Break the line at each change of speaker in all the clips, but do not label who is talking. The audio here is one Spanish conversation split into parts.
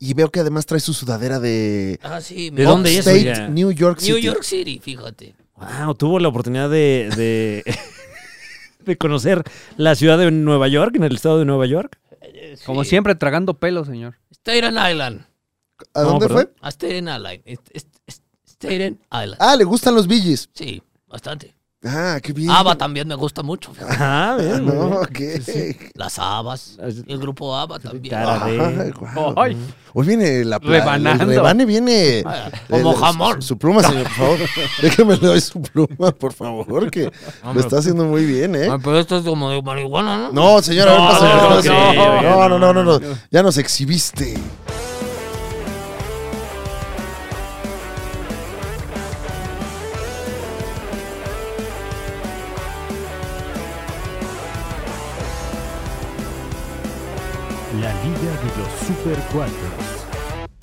Y veo que además trae su sudadera de
Ah, sí.
¿De dónde es?
Upstate,
Oye.
New York City.
New York City, fíjate.
Wow, Ah, tuvo la oportunidad de, de, de conocer la ciudad de Nueva York, en el estado de Nueva York.
Eh, sí.
Como siempre, tragando pelo, señor.
Staten Island.
¿A
No,
dónde
perdón.
fue?
A Staten Island. Est- est- est- Staten Island.
Ah, le gustan los billis.
Sí, bastante.
Ah, qué bien.
Ava también me gusta mucho. fíjate.
Ah,
Ah,
bien, muy
no,
bien.
ok.
Las habas.
Es-
El grupo Ava también.
Cara de-
Ay, guau.
Ay.
Hoy viene la pla-
Rebanando.
El rebane viene.
Ah, como
Eh, su-
jamón.
Su, pluma, señor, por favor. Déjame le doy su pluma, por favor, que lo
Hombre.
está haciendo muy bien, ¿eh?
Ah, pero esto es como de marihuana, ¿no?
No, señora, a ver,
No,
pásale,
no,
pásale.
no,
no, no, no, no, no, Ya nos exhibiste.
La Liga de los Super 4.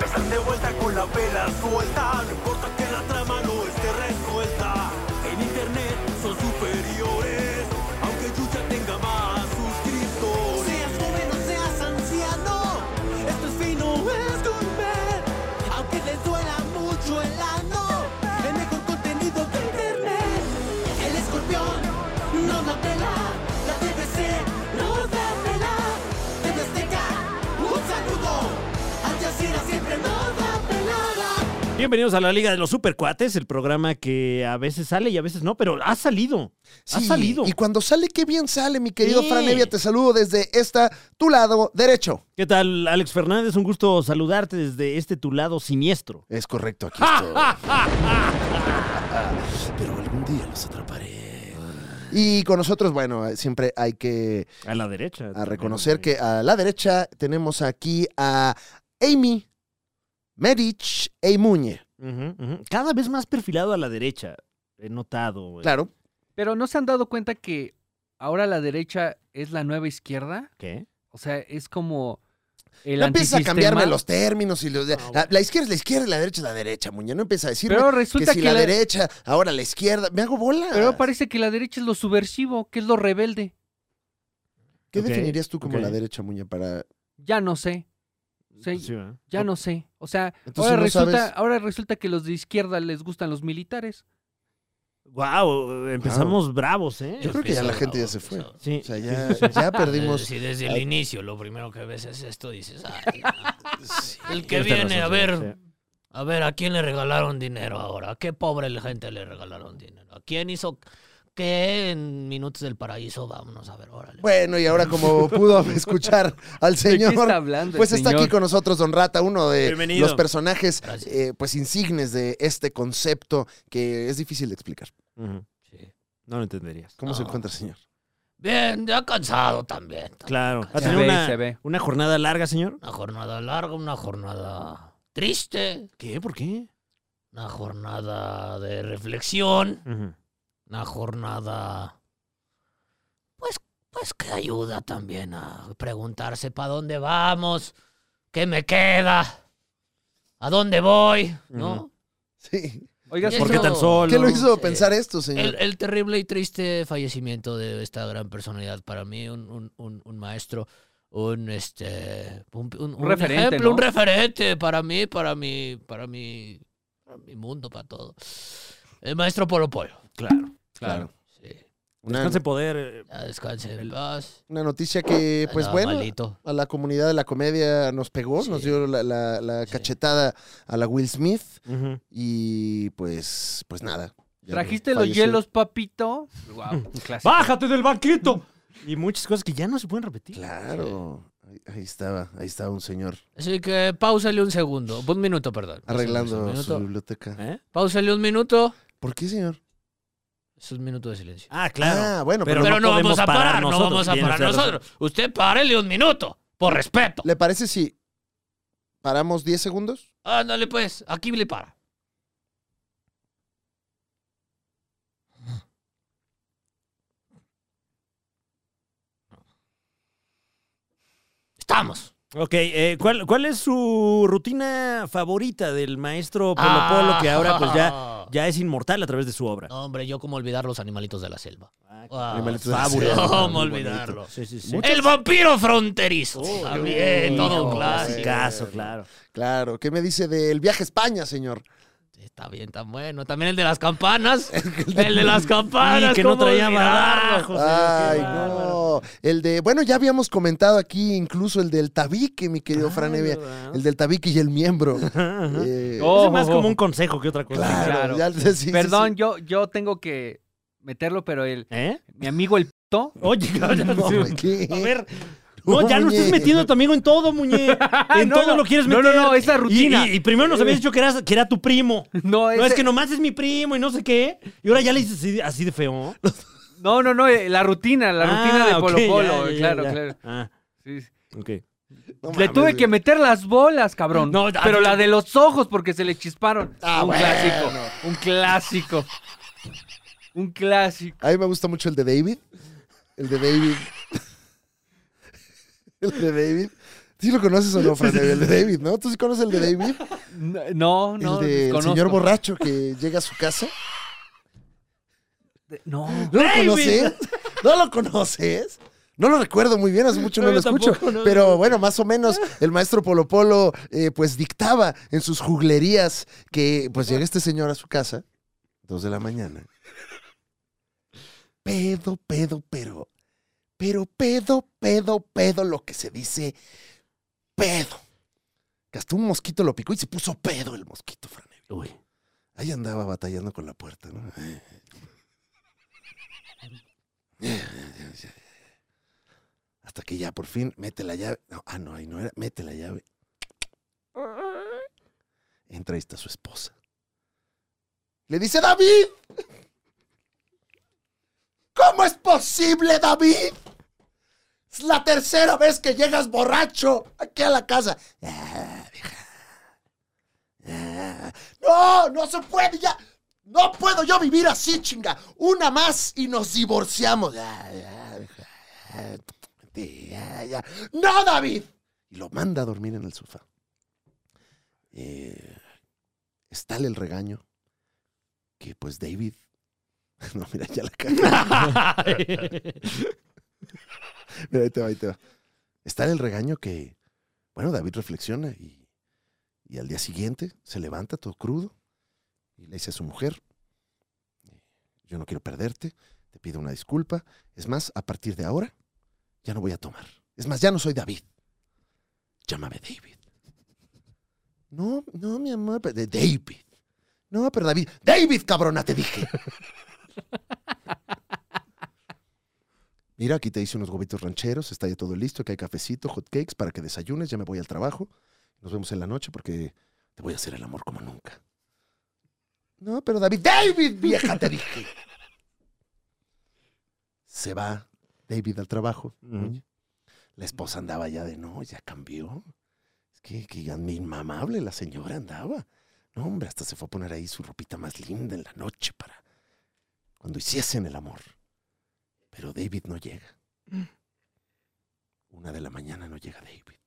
Están de vuelta con la vela suelta, no importa que la trama no esté resuelta. En internet son superiores, aunque Yuya tenga más suscriptores. Seas joven o seas anciano, esto es fino, es gourmet. Aunque les duela mucho el ano, el mejor contenido de internet. El escorpión no la pela, la TVC no da pela. TV Azteca, un saludo, Al Jazeera siempre no da pelada.
Bienvenidos a la Liga de los Supercuates, el programa que a veces sale y a veces no, pero ha salido. Ha
Sí,
salido.
Y cuando sale, qué bien sale, mi querido
Sí.
Fran Evia. Te saludo desde esta, tu lado derecho.
¿Qué tal, Alex Fernández? Un gusto saludarte desde este tu lado siniestro.
Es correcto, aquí estoy. Pero algún día los atraparé. Y con nosotros, bueno, eh, siempre hay que
A la derecha.
Ah,
a reconocer que a la derecha tenemos aquí a Amy Medich e Muñe.
Ujú, ujú. Cada vez más perfilado a la derecha. He notado. eh, güey.
Claro.
Pero ¿no se han dado cuenta que ahora la derecha es la nueva izquierda?
¿Qué?
O sea, es como el
No empieza a cambiarme
antisistema. Ah,
los términos y los. la, la izquierda es la izquierda y la derecha es la derecha, Muñe. No empieza a decirme
Pero
que
resulta
si
que,
la,
la-
derecha, ahora la izquierda. Me hago bola.
pero parece que la derecha es lo subversivo, que es lo rebelde.
¿Qué
Ok,
definirías tú como
ok.
la derecha, Muñe? Para.
Ya no sé.
Mm,
O sea,
Sí, ¿verdad?
ya no sé. O sea,
pues Entonces
ahora
no
resulta,
sabes.
ahora resulta que los de izquierda les gustan los militares.
Wow, empezamos bravos, ¿eh?
Yo creo que ya la gente ya se fue. O
Sí.
sea, ya, ya perdimos.
Si Eh, desde el
Ay.
inicio lo primero que ves es esto, dices, "Ay, no". el que
Este
Tienes
viene a
razón,
ver,
sí.
a ver, ¿a quién le regalaron dinero ahora? ¿A qué pobre la gente le regalaron dinero? ¿A quién hizo qué en Minutos del Paraíso? Vámonos a ver, órale.
Bueno, y ahora, como pudo escuchar al
¿De qué está
señor.
hablando el
Pues está aquí
señor?
con nosotros Don Rata, uno de
Bienvenido.
los personajes
Gracias.
eh, pues insignes de este concepto que es difícil de explicar.
Ujú.
Sí.
No lo entenderías.
¿Cómo se
Ah.
No.
encuentra, señor?
Bien, ya cansado también.
Claro. ¿Ha
Se
tenido
ve,
una,
se ve.
una jornada larga, señor?
Una jornada larga, una jornada triste,
¿Qué? ¿Por qué?
una jornada de reflexión.
Ujú.
una jornada pues pues que ayuda también a preguntarse para dónde vamos, qué me queda, a dónde voy, ¿no?
Sí.
Oiga,
¿Y
¿Por qué
eso?
tan solo?
¿Qué lo hizo
Eh,
Sí.
pensar esto, señor?
El, el terrible y triste fallecimiento de esta gran personalidad para mí, un, un- un- un maestro, un este un, un- un
referente,
ejemplo,
¿no?
un referente para mí, para mí, para mí, para mi mundo, para todo. El maestro Polo Polo.
Claro.
Claro.
Sí.
Una,
Descanse en poder. eh,
Ya descanse en paz.
una noticia
Ah,
que, pues
Andaba
bueno,
malito.
a la comunidad de la comedia nos pegó, nos
Sí.
dio la, la- la
Sí.
cachetada a la Will Smith
ujú.
y pues, pues nada. Ya
¿Trajiste los
falleció.
hielos, papito? Guau, un clásico.
¡Bájate del banquito! Y muchas cosas que ya no se pueden repetir.
Claro. Ahí, ahí estaba, ahí estaba un señor
Así que pausale un segundo, un minuto, perdón.
arreglando su
Un minuto.
biblioteca.
¿Eh?
Pausale un minuto.
¿Por qué, señor?
Es un minuto de silencio.
Ah, claro.
Ah, bueno, pero,
Pero-
Pero
no
no,
podemos
vamos a
parar
parar, no
nosotros,
vamos a
tiene
parar
usted razón.
nosotros. Usted párele un minuto, por respeto.
¿le parece si paramos 10 segundos?
Ándale pues, aquí le para. Estamos.
Ok, eh,
Ah.
¿cuál, ¿cuál es su rutina favorita del maestro Polo Polo que ahora pues ya
No.
ya es inmortal a través de su obra.
No, hombre, yo como olvidar los animalitos de la selva. Ah,
Animalitos de la
fabuloso.
selva,
¿Cómo
muy bonito.
olvidarlo?
Sí, sí, sí.
Mucho
El vampiro fronterizo. También,
bonito.
todo un
Sí.
clásico.
Caso, claro.
Claro, ¿qué me dice del viaje a España, señor?
Está bien, tan bueno. También el de las campanas. el de las campanas.
Y que no
¿cómo
traía
olvidarlo?
barba, José.
Ay,
qué bárbaro.
no. El de, bueno, ya habíamos comentado aquí incluso el del tabique, mi querido Fran
Ay,
Evia.
Ah, ¿verdad?
El del tabique y el miembro.
Ajá, ajá.
Eh,
Oh,
Ese más como un consejo que otra cosa.
claro,
claro.
ya- sí, sí,
Perdón,
sí.
Yo, yo tengo que meterlo, pero el,
¿Eh?
mi amigo el pito.
Oye, cabrón,
No, güey, ¿qué?
A ver. No, ya no
Muñe.
estás metiendo a tu amigo en todo, muñe. En
no,
todo
no.
lo quieres
No,
meter.
no, no, es la rutina.
Y, y- y primero nos habías dicho que, eras, que era tu primo. No,
No,
es
ese-
que nomás es mi primo y no sé qué. Y ahora ya le dices así, así de feo.
no, no, no, eh, la rutina, la rutina de
Ah, ok,
Polo
ya,
Polo,
ya, ya,
claro,
ya.
claro.
Ah,
sí, sí.
No
ok.
le
mames,
tuve que
güey.
meter las bolas, cabrón.
No, ya-
pero la de los ojos porque se le chisparon.
Ah,
un
bueno.
clásico, un clásico. Un clásico.
A mí me gusta mucho el de David. El de David. el de David. ¿Sí lo conoces o no, Fran? Evia? El de David, ¿no? ¿Tú sí conoces el de David?
No, no,
el del
desconozco.
señor borracho que llega a su casa.
No.
¿No lo
David.
conoces? ¿No lo conoces? No lo recuerdo muy bien, hace mucho no,
No,
lo
yo
escucho.
tampoco, no,
pero
no.
bueno, más o menos el maestro Polo Polo eh, pues dictaba en sus juglerías que pues llega este señor a su casa, dos de la mañana. Pedo, pedo, pero. Pero pedo, pedo, pedo, lo que se dice pedo. Que hasta un mosquito lo picó y se puso pedo el mosquito, Fran.
Uy.
Ahí andaba batallando con la puerta, ¿no? Hasta que ya por fin mete la llave. No, ah, no, ahí no era. Mete la llave. Entra y está su esposa. Le dice David. ¿Cómo es posible, David? Es la tercera vez que llegas borracho aquí a la casa. Ah, vieja. Ah, no, no se puede ya. No puedo yo vivir así, chinga. Una más y nos divorciamos. Ah, ah, ah, ah, ah. No, David. Y lo manda a dormir en el sofá. Eh, es tal el regaño que pues David... No, mira, ya la cagué. Mira, ahí te va, ahí te va. Está en el regaño que, bueno, David reflexiona y, y al día siguiente se levanta todo crudo y le dice a su mujer, yo no quiero perderte, te pido una disculpa, es más, a partir de ahora ya no voy a tomar. Es más, ya no soy David. Llámame David. No, no, mi amor, pero de David. No, pero David. David, cabrona, te dije. Mira, aquí te hice unos huevitos rancheros, está ya todo listo, que hay cafecito, hotcakes para que desayunes, ya me voy al trabajo. Nos vemos en la noche porque te voy a hacer el amor como nunca. No, pero David, David, vieja, te dije. Se va David al trabajo.
Ujú.
Muñe. La esposa andaba ya de no, ya cambió. Es que, que ya inmamable la señora andaba. No, hombre, hasta se fue a poner ahí su ropita más linda en la noche para cuando hiciesen el amor. Pero David no llega. Una de la mañana no llega David.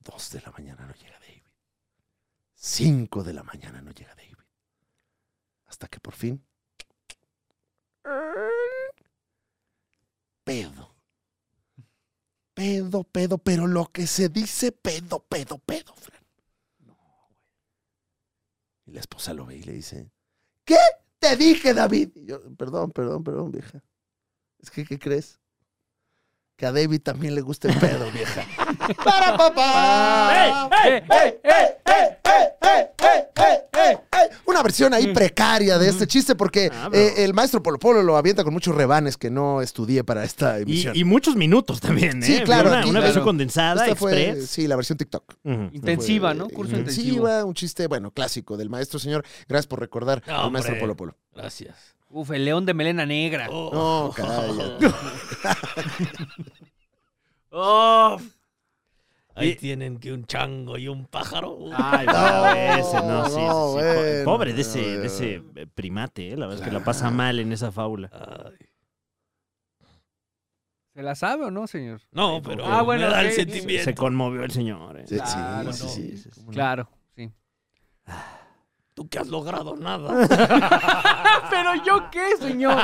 Dos de la mañana no llega David. Cinco de la mañana no llega David. Hasta que por fin... Pedo. Pedo, pedo, pero lo que se dice pedo, pedo, pedo, Fran. Y la esposa lo ve y le dice, ¿qué te dije, David? Y yo, perdón, perdón, perdón, vieja. Es que, ¿qué crees? Que a David también le gusta el pedo, vieja. ¡Para papá!
¡Eh, eh, eh!
Una versión ahí precaria de este chiste porque
Mm. Ah, pero-
eh, el maestro Polo Polo lo avienta con muchos rebanes que no estudié para esta emisión.
Y, y muchos minutos también, ¿eh?
Sí, claro,
Una,
aquí,
una
claro.
versión condensada,
Esta fue,
express.
sí, la versión TikTok.
Ujú.
Intensiva,
Fue,
¿no?
eh,
Curso intensivo.
intensiva, un chiste, bueno, clásico del maestro, señor. Gracias por recordar
No,
al maestro
hombre.
Polo Polo.
Gracias.
Uf, el león de melena negra.
Oh.
Oh,
No, caray.
Oh,
Ahí tienen que un chango y un pájaro.
Ay,
No,
ese, no, sí, sí, sí.
no, bueno,
Pobre de ese,
bueno. Ah.
de ese eh, primate, ¿eh? La verdad es que la pasa mal en esa fábula.
Ay.
¿Se la sabe o no, señor?
No, pero
Ah, bueno,
me da el
sí, sí, sí.
Se,
sentimiento.
se conmovió el señor. ¿eh?
Sí, sí,
Claro,
sí,
no.
sí, sí.
Claro, sí.
Tú que has logrado nada.
Ah,
¿Pero yo qué, señor?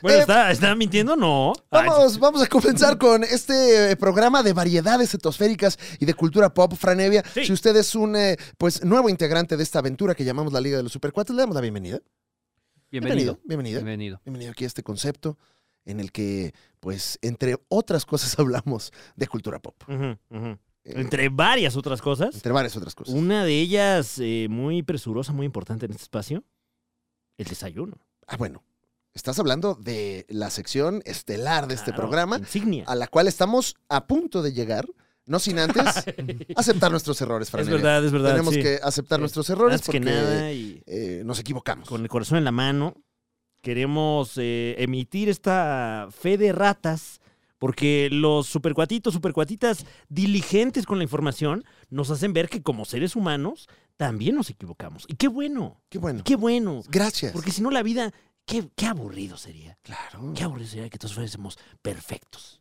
Bueno,
Eh,
¿está, está mintiendo? No. Ah, Ay,
Vamos, vamos a comenzar con este eh, programa de variedades etosféricas y de cultura pop, Franevia.
Sí.
Si usted es un eh, pues nuevo integrante de esta aventura que llamamos la Liga de los Supercuates, le damos la bienvenida.
Bienvenido.
Bienvenido. Bienvenido.
Bienvenido.
Bienvenido aquí a este concepto en el que, pues, entre otras cosas hablamos de cultura pop.
ujú, ujú.
Eh, pues,
Entre varias otras cosas.
entre varias otras cosas.
Una de ellas eh, muy presurosa, muy importante en este espacio, el desayuno.
Ah, bueno. Estás hablando de la sección estelar de este
Claro,
programa, Ah,
Insignia.
a la cual estamos a punto de llegar, no sin antes aceptar nuestros errores,
es
Franevia.
verdad, es verdad.
Tenemos
sí.
que aceptar
Sí.
nuestros errores
Antes
porque
que nada, y
eh, nos equivocamos.
con el corazón en la mano, queremos eh, emitir esta fe de ratas. Porque los supercuatitos, supercuatitas diligentes con la información nos hacen ver que como seres humanos también nos equivocamos. Y qué bueno,
Qué bueno.
qué bueno.
Gracias.
Porque si no la vida, qué, qué aburrido sería.
Claro.
Qué aburrido sería que todos fuésemos perfectos,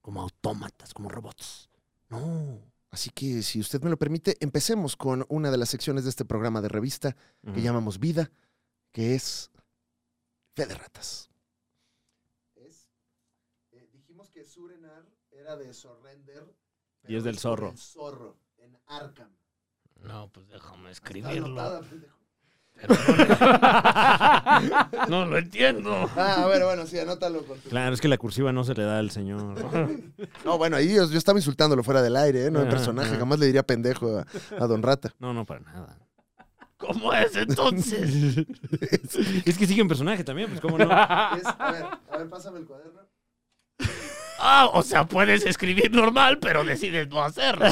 como autómatas, como robots. No.
Así que, si usted me lo permite, empecemos con una de las secciones de este programa de revista que llamamos Vida, que es Fe de Ratas. eh, dijimos que Surenar era de Sorrender.
pero es del es zorro. el
zorro en Arkham.
No, pues déjame escribirlo. No lo entiendo.
Ah, bueno, bueno, sí, anótalo. Con tu-
Claro, es que la cursiva no se le da al señor.
No, bueno, ahí yo, yo estaba insultándolo fuera del aire, ¿eh? no en
Ajá,
personaje.
ajá.
Jamás le diría pendejo a, a Don Rata.
No, no, para nada.
¿Cómo es entonces?
Es que sigue en personaje también, pues cómo no.
a ver, a ver, pásame el cuaderno.
Ah, o sea, puedes escribir normal, pero decides no hacerlo.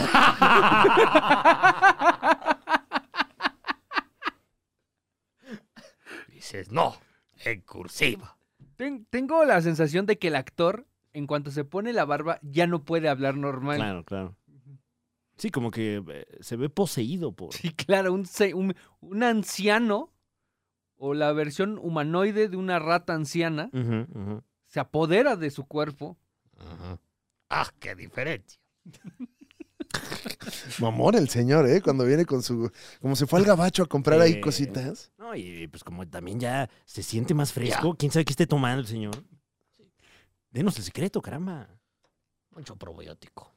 Dices, no, en cursiva.
Ten- tengo la sensación de que el actor, en cuanto se pone la barba, ya no puede hablar normal.
Claro, claro. Sí, como que eh, se ve poseído por.
Sí, claro, un, se- un- un anciano o la versión humanoide de una rata anciana
Ujú, ujú.
se apodera de su cuerpo.
Ah, qué diferencia.
Mamón el señor, ¿eh? Cuando viene con su... Como se fue al gabacho a comprar ahí
Eh.
cositas.
No, y pues como también ya se siente más fresco, quién sabe qué esté tomando el señor. Denos el secreto, caramba.
Mucho probiótico.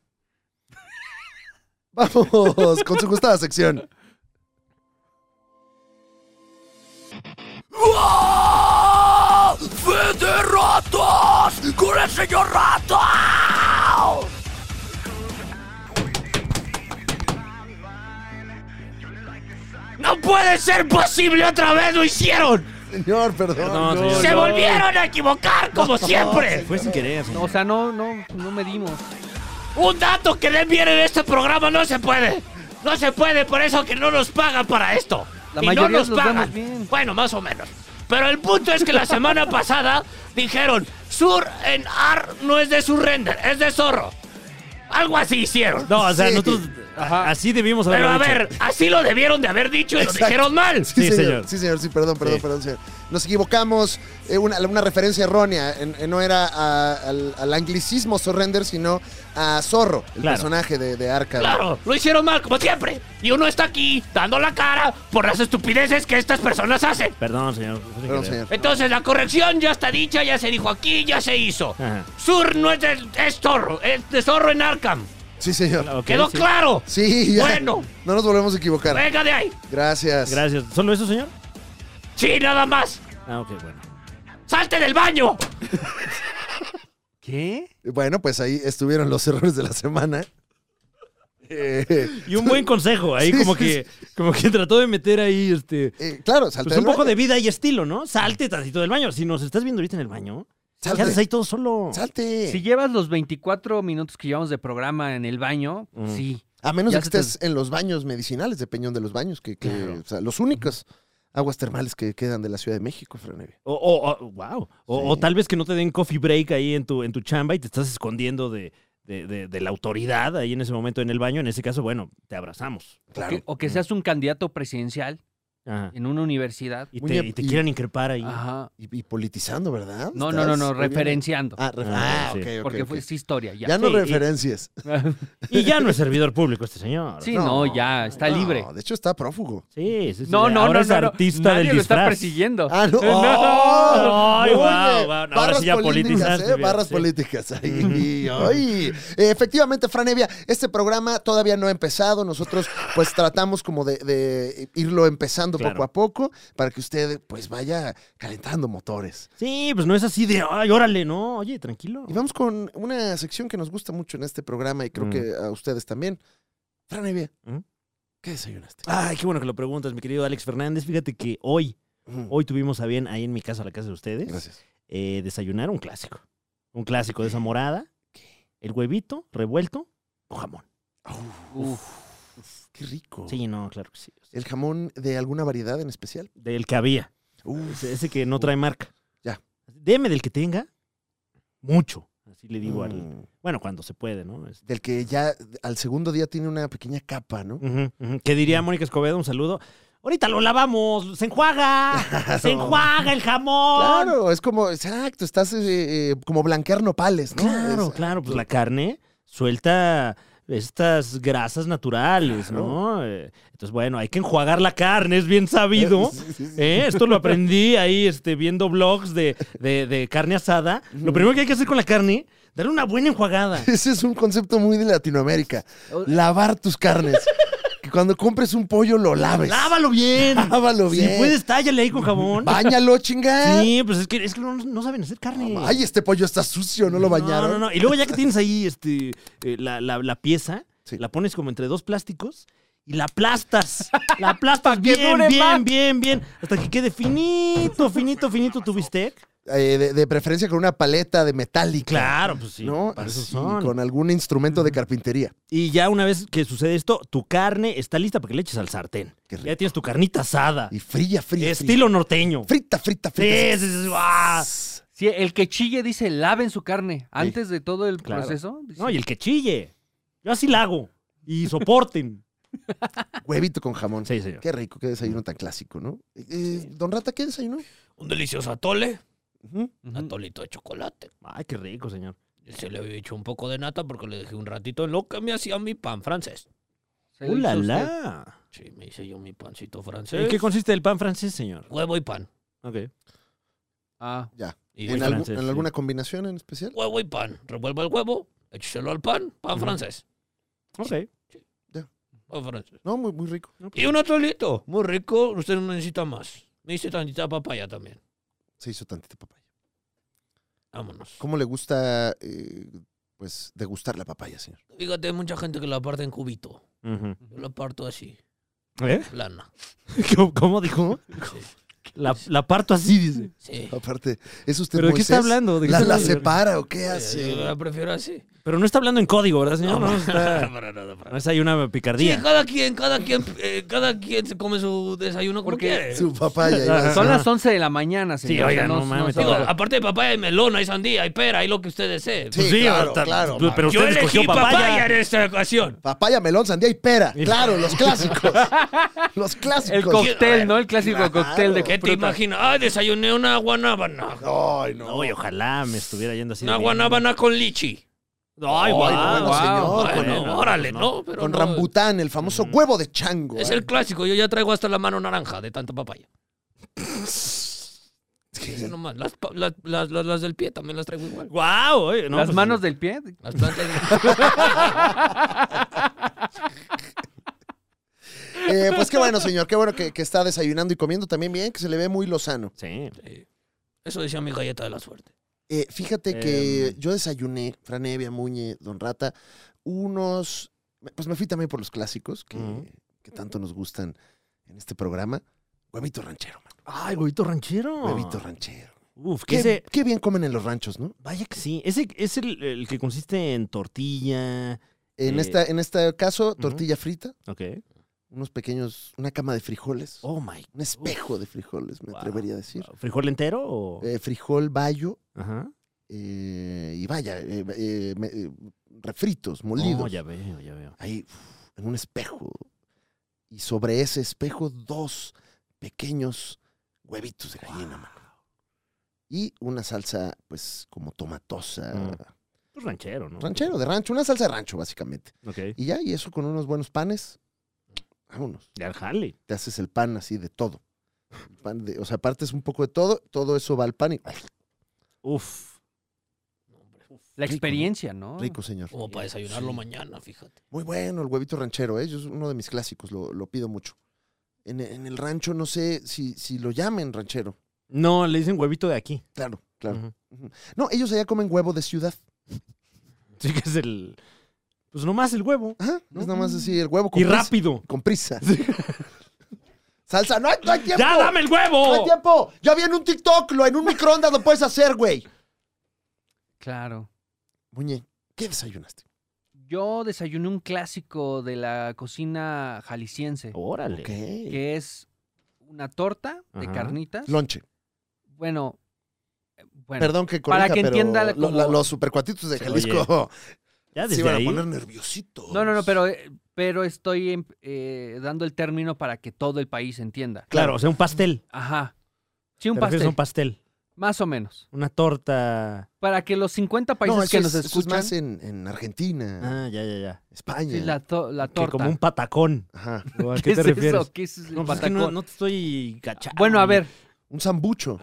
Vamos con su gustada sección.
¡Ah! ¡Fe de ratas! ¡Con el señor rata!
¡No puede ser posible! ¡Otra vez lo hicieron!
Señor, perdón.
Perdón, señor.
¡Se
no.
volvieron a equivocar como siempre!
Fue sin querer. señor.
No, o sea, no, no, no medimos.
Un dato que den bien en este programa no se puede. No se puede, por eso que no nos pagan para esto.
La
y
mayoría
no nos
los
pagan.
vemos bien.
Bueno, más o menos. Pero el punto es que la semana pasada dijeron, Sur en Ar no es de Surrender, es de Zorro. Algo así hicieron.
No, o sea,
Sí.
nosotros a-
Ajá.
así debimos haberlo
Pero a
dicho.
ver, así lo debieron de haber dicho y
Exacto.
lo dijeron mal.
Sí,
Sí,
señor.
señor.
Sí, señor. Sí, perdón, perdón,
Sí.
perdón, señor. Nos equivocamos. eh, una, una referencia errónea. en- en- no era a- al, al anglicismo Surrender, sino a Zorro, el
Claro.
personaje de, de Arkham.
Claro, lo hicieron mal, como siempre. Y uno está aquí dando la cara por las estupideces que estas personas hacen.
Perdón, señor. fue sin
Perdón,
querer.
señor.
Entonces la corrección ya está dicha, ya se dijo aquí, ya se hizo.
Ajá.
Sur no es de, es zorro, es de zorro en Arkham.
Sí, señor.
Ah, Ok,
¿Quedó
sí.
claro?
Sí, ya.
Bueno.
No nos volvemos a equivocar.
Venga de ahí.
Gracias.
Gracias. ¿Solo eso, señor?
Sí, nada más.
Ah, ok, bueno.
Salte del baño.
¿Qué?
Bueno, pues ahí estuvieron los errores de la semana. Eh,
Y un buen consejo ahí,
Sí,
como,
sí,
que, como que trató de meter ahí este.
eh, claro, salte
Pues
del
un poco
baño.
de vida y estilo, ¿no? Salte tantito del baño. Si nos estás viendo ahorita en el baño, ya
Salte.
estás ahí todo solo.
Salte.
Si llevas los 24 minutos que llevamos de programa en el baño,
Mm.
sí.
A menos
Ya
de que
se te-
estés en los baños medicinales de Peñón de los Baños, que, que, o sea, los únicos aguas termales que quedan de la Ciudad de México, Franevia.
O, o- o- wow. O,
Sí.
o tal vez que no te den coffee break ahí en tu, en tu chamba y te estás escondiendo de, de- de- de la autoridad ahí en ese momento en el baño. En ese caso, bueno, te abrazamos.
O que- O que seas un candidato presidencial
Ajá.
en una universidad.
Y
Muy
te,
bien,
y te
y-
quieren increpar ahí.
Ajá.
Y, y politizando, ¿verdad?
No, no, no,
Estás
no,
muy bien.
referenciando.
Ah, refer-
Ah,
ah,
sí.
ok, ok,
porque
ok.
fue, es historia, ya.
Ya no
Sí, y-
referencias.
Y ya no es servidor público este señor.
sí,
no,
no, ya, está
No,
libre.
de hecho está prófugo.
Sí, sí, sí.
No, no,
Ahora
no,
es
no, no,
artista
nadie
del
lo está
disfraz.
persiguiendo.
Ah, no.
No.
¡Oh!
Ay,
Oye,
guau, guau. Ahora
barras
sí ya
políticas,
politizaste,
¿eh? Barras
sí.
políticas. Ay, ay. Eh, Efectivamente, Franevia, este programa todavía no ha empezado. Nosotros, pues, tratamos como de, de irlo empezando
Claro.
poco a poco para que usted, pues, vaya calentando motores.
Sí, pues no es así de, ay, órale, no, oye, tranquilo.
Y vamos con una sección que nos gusta mucho en este programa y creo
Mm.
que a ustedes también. Franevia,
¿Mm?
¿qué desayunaste?
Ay, qué bueno que lo preguntas, mi querido Alex Fernández. Fíjate que hoy, hoy tuvimos a bien ahí en mi casa, la casa de ustedes,
Mm. Gracias.
eh, desayunar un clásico. Un clásico de esa morada,
¿Qué?
el huevito revuelto con jamón.
Uf,
Qué rico.
Sí, no, claro que sí.
¿El jamón de alguna variedad en especial?
Del que había.
Uf.
Ese, ese que no trae marca.
Ya.
Deme del que tenga mucho. Así le digo al.
Mm.
Bueno, cuando se puede, ¿no? Este,
Del que ya al segundo día tiene una pequeña capa, ¿no?
ujú, ujú. ¿Qué diría
Mm.
Mónica Escobedo? Un saludo. Ahorita lo lavamos. Se enjuaga. Se enjuaga el jamón.
Claro, es como, exacto, estás eh, eh, como blanquear nopales, ¿no?
Claro,
Es-
claro, pues la carne suelta estas grasas naturales, ¿no? Eh, Entonces, bueno, hay que enjuagar la carne, es bien sabido.
Sí, sí, sí.
¿eh? Esto lo aprendí ahí este, viendo blogs de, de- de carne asada. Lo primero que hay que hacer con la carne, darle una buena enjuagada.
Ese es un concepto muy de Latinoamérica. Lavar tus carnes. que cuando compres un pollo lo laves.
Lávalo bien.
Pues, Lávalo bien.
Si puedes, tállale ahí con jabón.
Báñalo, chingada.
Sí, pues es que, es que no, no saben hacer carne.
Ay, este pollo está sucio, no lo bañaron.
No, no, no. Y luego ya que tienes ahí este, eh, la, la- la pieza,
Sí.
la pones como entre dos plásticos y la aplastas. La aplastas bien,
dure
bien,
más.
bien, bien. Hasta que quede finito, finito, finito tu bistec.
Eh, de, de preferencia con una paleta de metálica.
Claro, pues sí.
¿No?
para eso
Así,
son.
con algún instrumento de carpintería.
Y ya una vez que sucede esto, tu carne está lista para que le eches al sartén.
Qué rico.
Ya tienes tu carnita asada.
Y fría, fría.
Estilo norteño.
Frita, frita, frita.
Sí, sí, sí, sí, ¡ah!
sí, el que chille dice, laven su carne antes de todo el
Claro.
proceso. dice,
No, y el que chille. Yo así la hago. Y soporten.
Huevito con jamón.
Sí, señor.
Qué rico, qué desayuno tan clásico, ¿no? Eh, eh, Don Rata, ¿qué desayunó?
Un delicioso atole. Un
ujú.
atolito de chocolate.
Ay, qué rico, señor.
Se le había hecho un poco de nata porque le dejé un ratito en lo que me hacía mi pan francés.
Se lo
¡Uh, la,
hizo usted.
la!
Sí, me hice yo mi pancito francés.
¿En qué consiste el pan francés, señor?
Huevo y pan.
Ok.
Ah,
Ya.
Y
¿En,
Muy
algún-
francés,
en
sí.
alguna combinación en especial?
huevo y pan. Revuelva el huevo, écheselo al pan, pan
Ujú.
francés.
Ok.
Pan francés.
No, muy, muy rico.
Y un atolito, muy rico, usted no necesita más. Me hice tantita papaya también.
Se hizo tantita papaya.
Vámonos.
¿Cómo le gusta, eh, pues, degustar la papaya, señor?
Fíjate, hay mucha gente que la parte en cubito.
Ujú.
Yo la parto así,
¿Eh?
plana.
¿Cómo, cómo dijo?
Sí.
La, la parto así, dice.
sí. Eh,
Aparte, ¿es usted
¿Pero de qué está
Moisés?
hablando? ¿De qué
¿La,
está
la
hablando?
separa o qué
Yo
hace?
la prefiero así.
Pero no está hablando en código, ¿verdad, señor? No, está...
para nada, para
no es ahí una
Sí,
picardía.
cada quien, cada quien, eh, cada quien se come su desayuno como
Porque
quiere.
Su papaya. iba a decir.
Son las 11 de la mañana,
Sí,
señor.
oiga, no mames,
Digo,
Ahora.
aparte de papaya hay melón, hay sandía, hay pera, hay lo que usted desee.
Sí, claro, claro.
Pero,
Yo
usted
elegí
escogió papaya.
papaya. en esta ocasión.
Papaya, melón, sandía y pera.
Y-
Claro, los clásicos. los
El
clásicos.
eh,
cóctel, ¿no? El clásico
Claro.
cóctel de
¿Qué te
fruta.
imaginas? Ah, desayuné una guanábana.
Ay, no.
Ay, ojalá me estuviera yendo así. de
Una
bien.
guanábana con lichi.
Ay,
Ay,
guau,
bueno,
guau.
señor,
Bueno,
con-
no,
órale,
no.
¿no? Pero
Con
no,
rambután, el famoso huevo de chango.
Es
¿eh?
el clásico. Yo ya traigo hasta la mano naranja de tanta papaya. Fíjese nomás, Las, pa- las, las- las- las del pie también las traigo igual.
Guau, oye, no,
Las
pues,
manos del pie.
Las plantas
Eh, pues qué bueno, señor. Qué bueno que, que está desayunando y comiendo también bien, que se le ve muy lozano.
Sí.
Sí. Eso decía mi galleta de la suerte.
Eh, fíjate que
Em.
yo desayuné, Franevia, Muñe, Don Rata, unos. Pues me fui también por los clásicos que,
Ujú.
que tanto nos gustan en este programa. Huevito ranchero, man.
Ay, huevito ranchero.
Huevito ranchero.
Uf, que
¿Qué,
Oh. ese...
qué bien comen en los ranchos, ¿no?
Vaya que sí. Ese es el, el que consiste en tortilla.
En,
Eh.
esta, en este caso, tortilla frita,
Ok.
unos pequeños. Una cama de frijoles.
Oh, my.
Un espejo de frijoles, me
Wow.
atrevería a decir.
Ah, ¿Frijol entero o...?
Eh, frijol, bayo
Ajá.
eh, y vaya, eh, eh, me- eh, refritos, molidos.
Oh, ya veo, ya veo.
ahí uf, en un espejo. Y sobre ese espejo, dos pequeños huevitos de gallina, mano. Y una salsa, pues, como tomatosa.
Mm. Pues ranchero, ¿no?
Ranchero, de rancho. Una salsa de rancho, básicamente.
Ok.
Y ya, y eso con unos buenos panes. Vámonos.
De al jale.
Te haces el pan así de todo. Pan de- o sea, partes un poco de todo, todo eso va al pan y
Uf.
La
Rico, ¿no?
experiencia,
Oh.
¿no?
rico, señor.
Como para desayunarlo mañana, fíjate.
Muy bueno el huevito ranchero, ¿eh? Yo es uno de mis clásicos, lo, lo pido mucho. En, en el rancho no sé si, si lo llamen ranchero.
No, le dicen huevito de aquí.
Claro, claro.
Ujú.
No, ellos allá comen huevo de ciudad.
Sí que es el... Pues nomás el huevo.
Ajá,
¿No?
es nada más así, el huevo con
Y
prisa.
rápido.
Con prisa. Salsa, no hay, no hay tiempo.
¡Ya, dame el
No hay
huevo!
tiempo. Ya vi en un TikTok, lo, en un microondas lo puedes hacer, güey.
Claro.
Muñe, ¿qué desayunaste?
Yo desayuné un clásico de la cocina jalisciense,
Órale.
¿Qué?
que es una torta de
Ajá.
carnitas.
Lonche.
Bueno, eh, bueno.
Perdón que
Para
corrija,
que
pero
entienda
lo-
como-
la- los supercuatitos de
Sí,
Jalisco
Ya
se
desde
iban a
ahí.
poner nerviositos.
No, no, no, pero, eh, pero estoy em- eh, dando el término para que todo el país entienda.
Claro, o sea, un pastel.
Ajá. Sí, un
Un pastel.
pastel.
un pastel.
Más o menos.
Una torta.
Para que los 50 países
No, eso
que
es-
nos
eso es
escuchan.
más en, en Argentina,
Ah, ya, ya, ya.
España.
sí, la, to- la
Que
torta.
como un patacón.
Ajá.
¿O ¿A
¿Qué,
qué,
es
te refieres?
eso? ¿Qué es el
No, pues es que
patacón? Ah,
no, no te estoy cachando.
Bueno, a ver.
Un sambucho.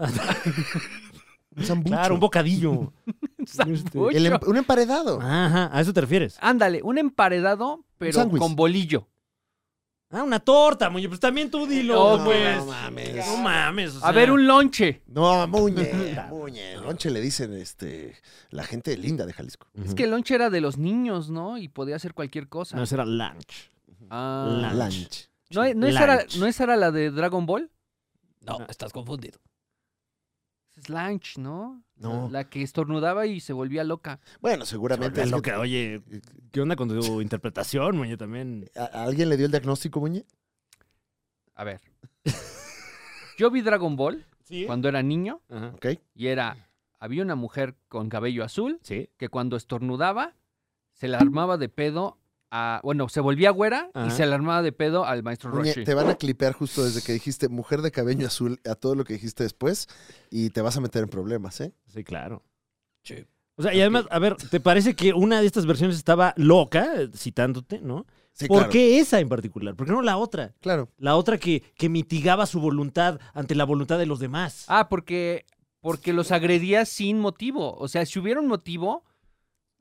un sambucho.
Claro, un bocadillo. Este,
sambucho.
El em- un emparedado.
Ajá, a eso te refieres.
Ándale, un emparedado, pero
sándwich.
con bolillo.
Ah, una torta, muñe. Pues también tú dilo,
No,
no,
pues.
No mames. No mames. o
A
sea.
ver, un lonche.
No, Muñe, Muñe. Lonche le dicen este, la gente linda de Jalisco.
Ujú.
Es que el lonche era de los niños, ¿no? Y podía hacer cualquier cosa.
Mm. No, ese era lunch.
Ah.
Lunch.
Lunch.
¿No, no esa era,
lunch.
¿No esa era la de Dragon Ball?
No, estás confundido.
Es lunch, ¿no?
No.
La que estornudaba y se volvía loca.
Bueno,
Vete
seguramente.
a
es que-
loca, oye. ¿Qué onda con tu interpretación, muñe? También.
¿A- a ¿Alguien le dio el diagnóstico, Muñe?
A ver. Yo vi Dragon Ball
Sí.
cuando era niño
Ajá.
¿Ok?
y era. Había una mujer con cabello azul
Sí.
que cuando estornudaba se la armaba de pedo a. Bueno, se volvía güera
Ajá.
y se la armaba de pedo al maestro
Muñe,
Roshi.
te van a clipear justo desde que dijiste mujer de cabello azul a todo lo que dijiste después y te vas a meter en problemas, ¿eh?
Sí, claro.
Sí.
O sea, y además, a ver, ¿te parece que una de estas versiones estaba loca, eh, citándote, no?
Sí,
¿Por
claro.
qué esa en particular? ¿Por qué no la otra?
Claro.
La otra que, que mitigaba su voluntad ante la voluntad de los demás.
Ah, porque, porque los agredía sin motivo. O sea, si hubiera un motivo,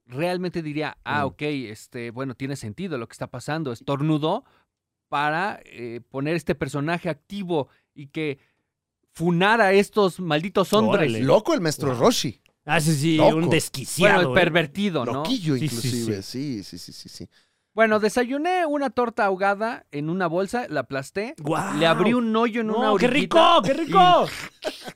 realmente diría, ah,
Mm.
ok, este, bueno, tiene sentido lo que está pasando. Estornudó para eh, poner este personaje activo y que funara a estos malditos hombres.
Órale.
Loco el maestro
Wow.
Roshi.
Ah, sí, sí,
Loco.
un
Bueno,
desquiciado.
el
¿eh?
pervertido, ¿no?
Loquillo,
Sí, sí,
inclusive. Sí, sí, sí, sí, sí.
Bueno, desayuné una torta ahogada en una bolsa, la aplasté,
¿eh? ¡Guau!
le abrí un hoyo en una
Ah, No, ¡Qué
orillita.
rico! ¡Qué rico!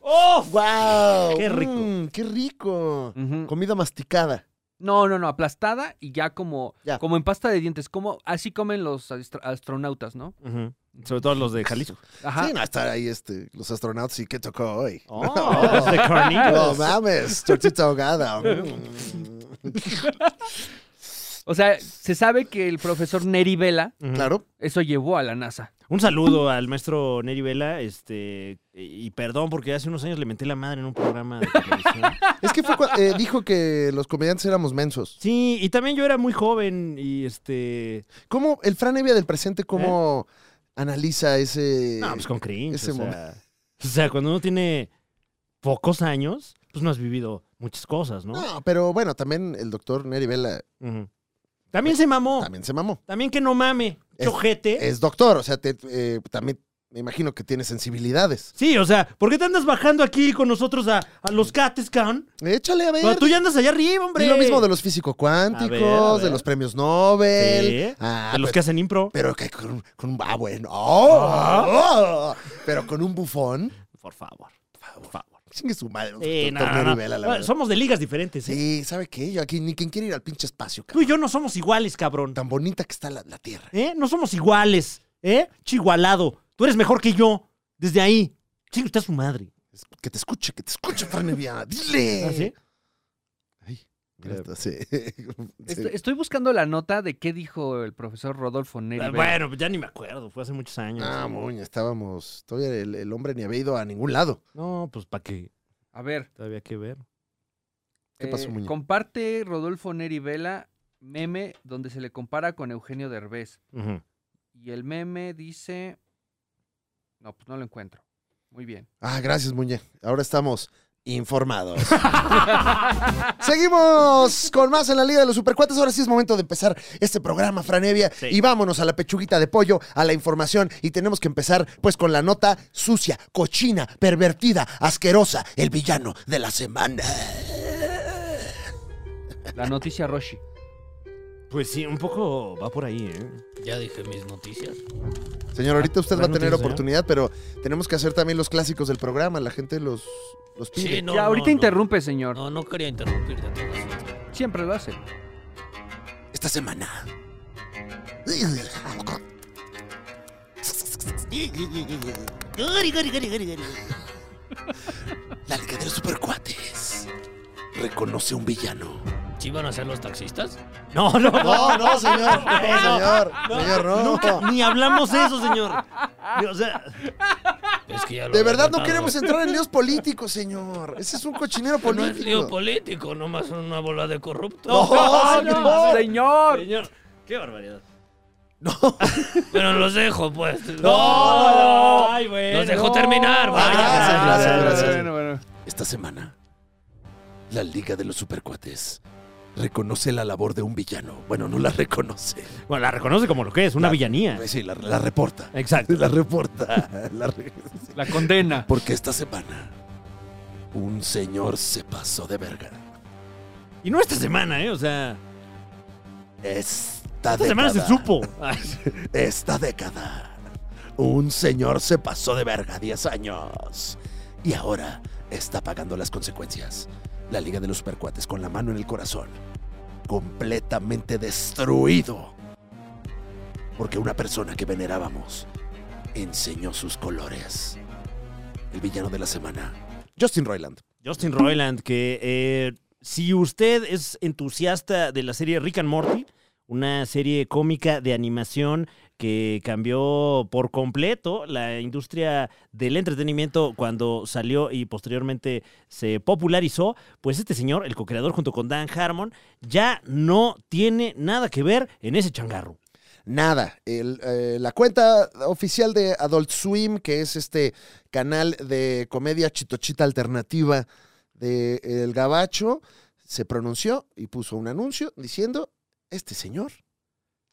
¡Oh!
¡Wow!
Qué rico.
Mm, ¡Qué rico!
Mm.
Ujú.
Comida masticada.
No, no, no, aplastada y ya como,
Ya.
como en pasta de dientes, como así comen los astro- astronautas, ¿no?
Ujú. Sobre todo los de Jalisco.
Ajá.
Sí, no, estar ahí este, los astronautas y qué tocó hoy.
¡Oh! los de
No
Cornillos.
mames, tortita ahogada. Mm.
O sea, se sabe que el profesor Neri Vela
Ujú.
claro.
eso llevó a la NASA.
Un saludo al maestro Neri Vela, este, y y perdón porque hace unos años le menté la madre en un programa de televisión.
Es que fue cua- eh, dijo que los comediantes éramos mensos.
Sí, y también yo era muy joven y este,
¿Cómo el Fran Evia del presente, cómo analiza ese.
Eh. no, pues con cringe.
ese
o, sea,
momento.
o sea, cuando uno tiene pocos años, pues no has vivido muchas cosas, ¿no?
No, pero bueno, también el doctor Neri Vela
Ujú. También se mamó. También,
también se mamó.
que no mame,
Es-
chojete.
es doctor, o sea, te- eh, también me imagino que tiene sensibilidades.
Sí, o sea, ¿por qué te andas bajando aquí con nosotros a, a los cates, cabrón?
Échale a ver.
Cuando tú ya andas allá arriba, hombre.
Di lo mismo de los físico-cuánticos,
A ver, a ver.
de los premios Nobel.
Sí,
Ah,
de los que
pero,
hacen impro.
pero que con, con un. Ah, bueno.
Ah.
Oh, pero con un bufón.
Por favor, por favor.
Chingue su madre.
Sí,
doctor
no, no, no.
Nerivela, la
Bueno,
verdad.
Somos de ligas diferentes. ¿eh?
Sí, ¿sabe qué? Yo aquí ni quien quiere ir al pinche espacio,
Tú
cabrón.
y yo no somos iguales, cabrón.
Tan bonita que está la, la tierra.
¿Eh? No somos iguales. ¿Eh? Chigualado. Tú eres mejor que yo. Desde ahí. Chingue usted a su madre.
Es- Que te escuche, que te escuche, Franevia. Dile.
¿Ah, sí?
Ay, Grata, sí.
Este,
Estoy, estoy buscando la nota de qué dijo el profesor Rodolfo Neri.
Ah, Bueno, pues ya ni me acuerdo, fue hace muchos años.
Ah, moña, estábamos. Todavía el, el hombre ni había ido a ningún lado.
No, pues para qué,
A ver, eh,
todavía que ver.
¿Qué pasó, Muñe?
comparte Rodolfo Neri Vela meme donde se le compara con Eugenio Derbez.
Ujú.
Y el meme dice... No, pues no lo encuentro. Muy bien.
Ah, gracias, Muñe. Ahora estamos informados. Seguimos con más en la Liga de los Supercuates. Ahora sí es momento de empezar este programa, Franevia.
Sí.
Y vámonos a la pechuguita de pollo, a la información. Y tenemos que empezar, pues, con la nota sucia, cochina, pervertida, asquerosa, el villano de la semana.
La noticia Roshi.
Pues sí, un poco va por ahí, ¿eh?
Ya dije mis noticias.
Señor, ahorita usted va a
buena
tener
noticia.
oportunidad, pero tenemos que hacer también los clásicos del programa. La gente los, los pide.
Sí, no,
ya,
no,
ahorita
no.
interrumpe, señor.
No, no quería interrumpir de todo eso.
Siempre lo hace.
Esta semana. La Liga de los Supercuates reconoce un villano.
¿Sí van a ser los taxistas?
No, no,
No, no, señor. No, señor. Señor,
Nunca,
no.
ni hablamos de eso, señor. O sea,
Es que ya lo
De
había
verdad no
contado.
queremos entrar en líos políticos, señor. Ese es un cochinero
No es
político.
lío político, nomás son una bola de corruptos.
No,
¡No,
señor.
señor!
señor, qué barbaridad.
Pero los dejo, pues.
No, ay, bueno.
Los dejo terminar, vaya.
gracias, gracias, gracias.
Ah, Bueno, bueno.
Esta semana, la Liga de los Supercuates reconoce la labor de un villano. Bueno, no la reconoce.
Bueno, la reconoce como lo que es, una
La-
villanía.
Pues Sí, la, la reporta.
Exacto.
La reporta. La re-
La condena.
Porque esta semana un señor se pasó de verga.
Y no esta semana, ¿eh? O sea,
Esta,
esta semana se
década-
supo.
Esta década un señor se pasó de verga 10 años. Y ahora está pagando las consecuencias. La Liga de los Supercuates con la mano en el corazón. Completamente destruido. Porque una persona que venerábamos enseñó sus colores. El villano de la semana. Justin Roiland.
Justin Roiland, que eh, si usted es entusiasta de la serie Rick and Morty, una serie cómica de animación que cambió por completo la industria del entretenimiento cuando salió y posteriormente se popularizó, pues este señor, el co-creador junto con Dan Harmon, ya no tiene nada que ver en ese changarro.
Nada. El, eh, la cuenta oficial de Adult Swim, que es este canal de comedia chitochita alternativa de El Gabacho, se pronunció y puso un anuncio diciendo: Este señor,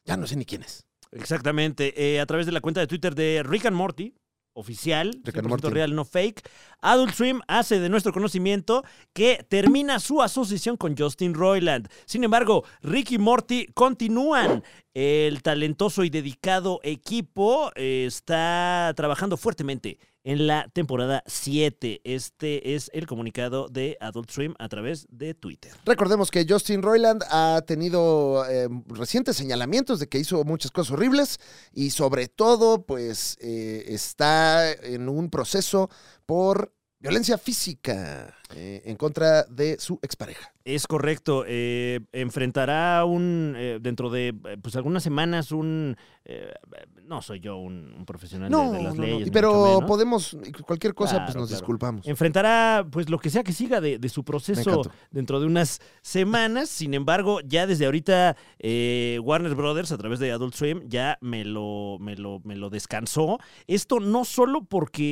ya no sé ni quién es.
Exactamente. Eh, a través de la cuenta de Twitter de Rick and Morty, oficial,
Rick and
100%
Morty.
real, no fake, Adult Swim hace de nuestro conocimiento que termina su asociación con Justin Roiland. Sin embargo, Rick y Morty continúan. El talentoso y dedicado equipo eh, está trabajando fuertemente en la temporada 7. Este es el comunicado de Adult Swim a través de Twitter.
Recordemos que Justin Roiland ha tenido eh, recientes señalamientos de que hizo muchas cosas horribles y sobre todo pues eh, está en un proceso por violencia física eh, en contra de su expareja.
Es correcto. eh, enfrentará un eh, dentro de eh, pues algunas semanas un eh, no soy yo un, un profesional de- de, las leyes. ni
Pero
mucho menos.
podemos, cualquier cosa, pues
Claro,
nos
claro.
disculpamos.
enfrentará pues lo que sea que siga de, de su proceso
encantó.
dentro de unas semanas. Sin embargo, ya desde ahorita eh, Warner Brothers a través de Adult Swim ya me lo me lo me lo descansó. Esto no solo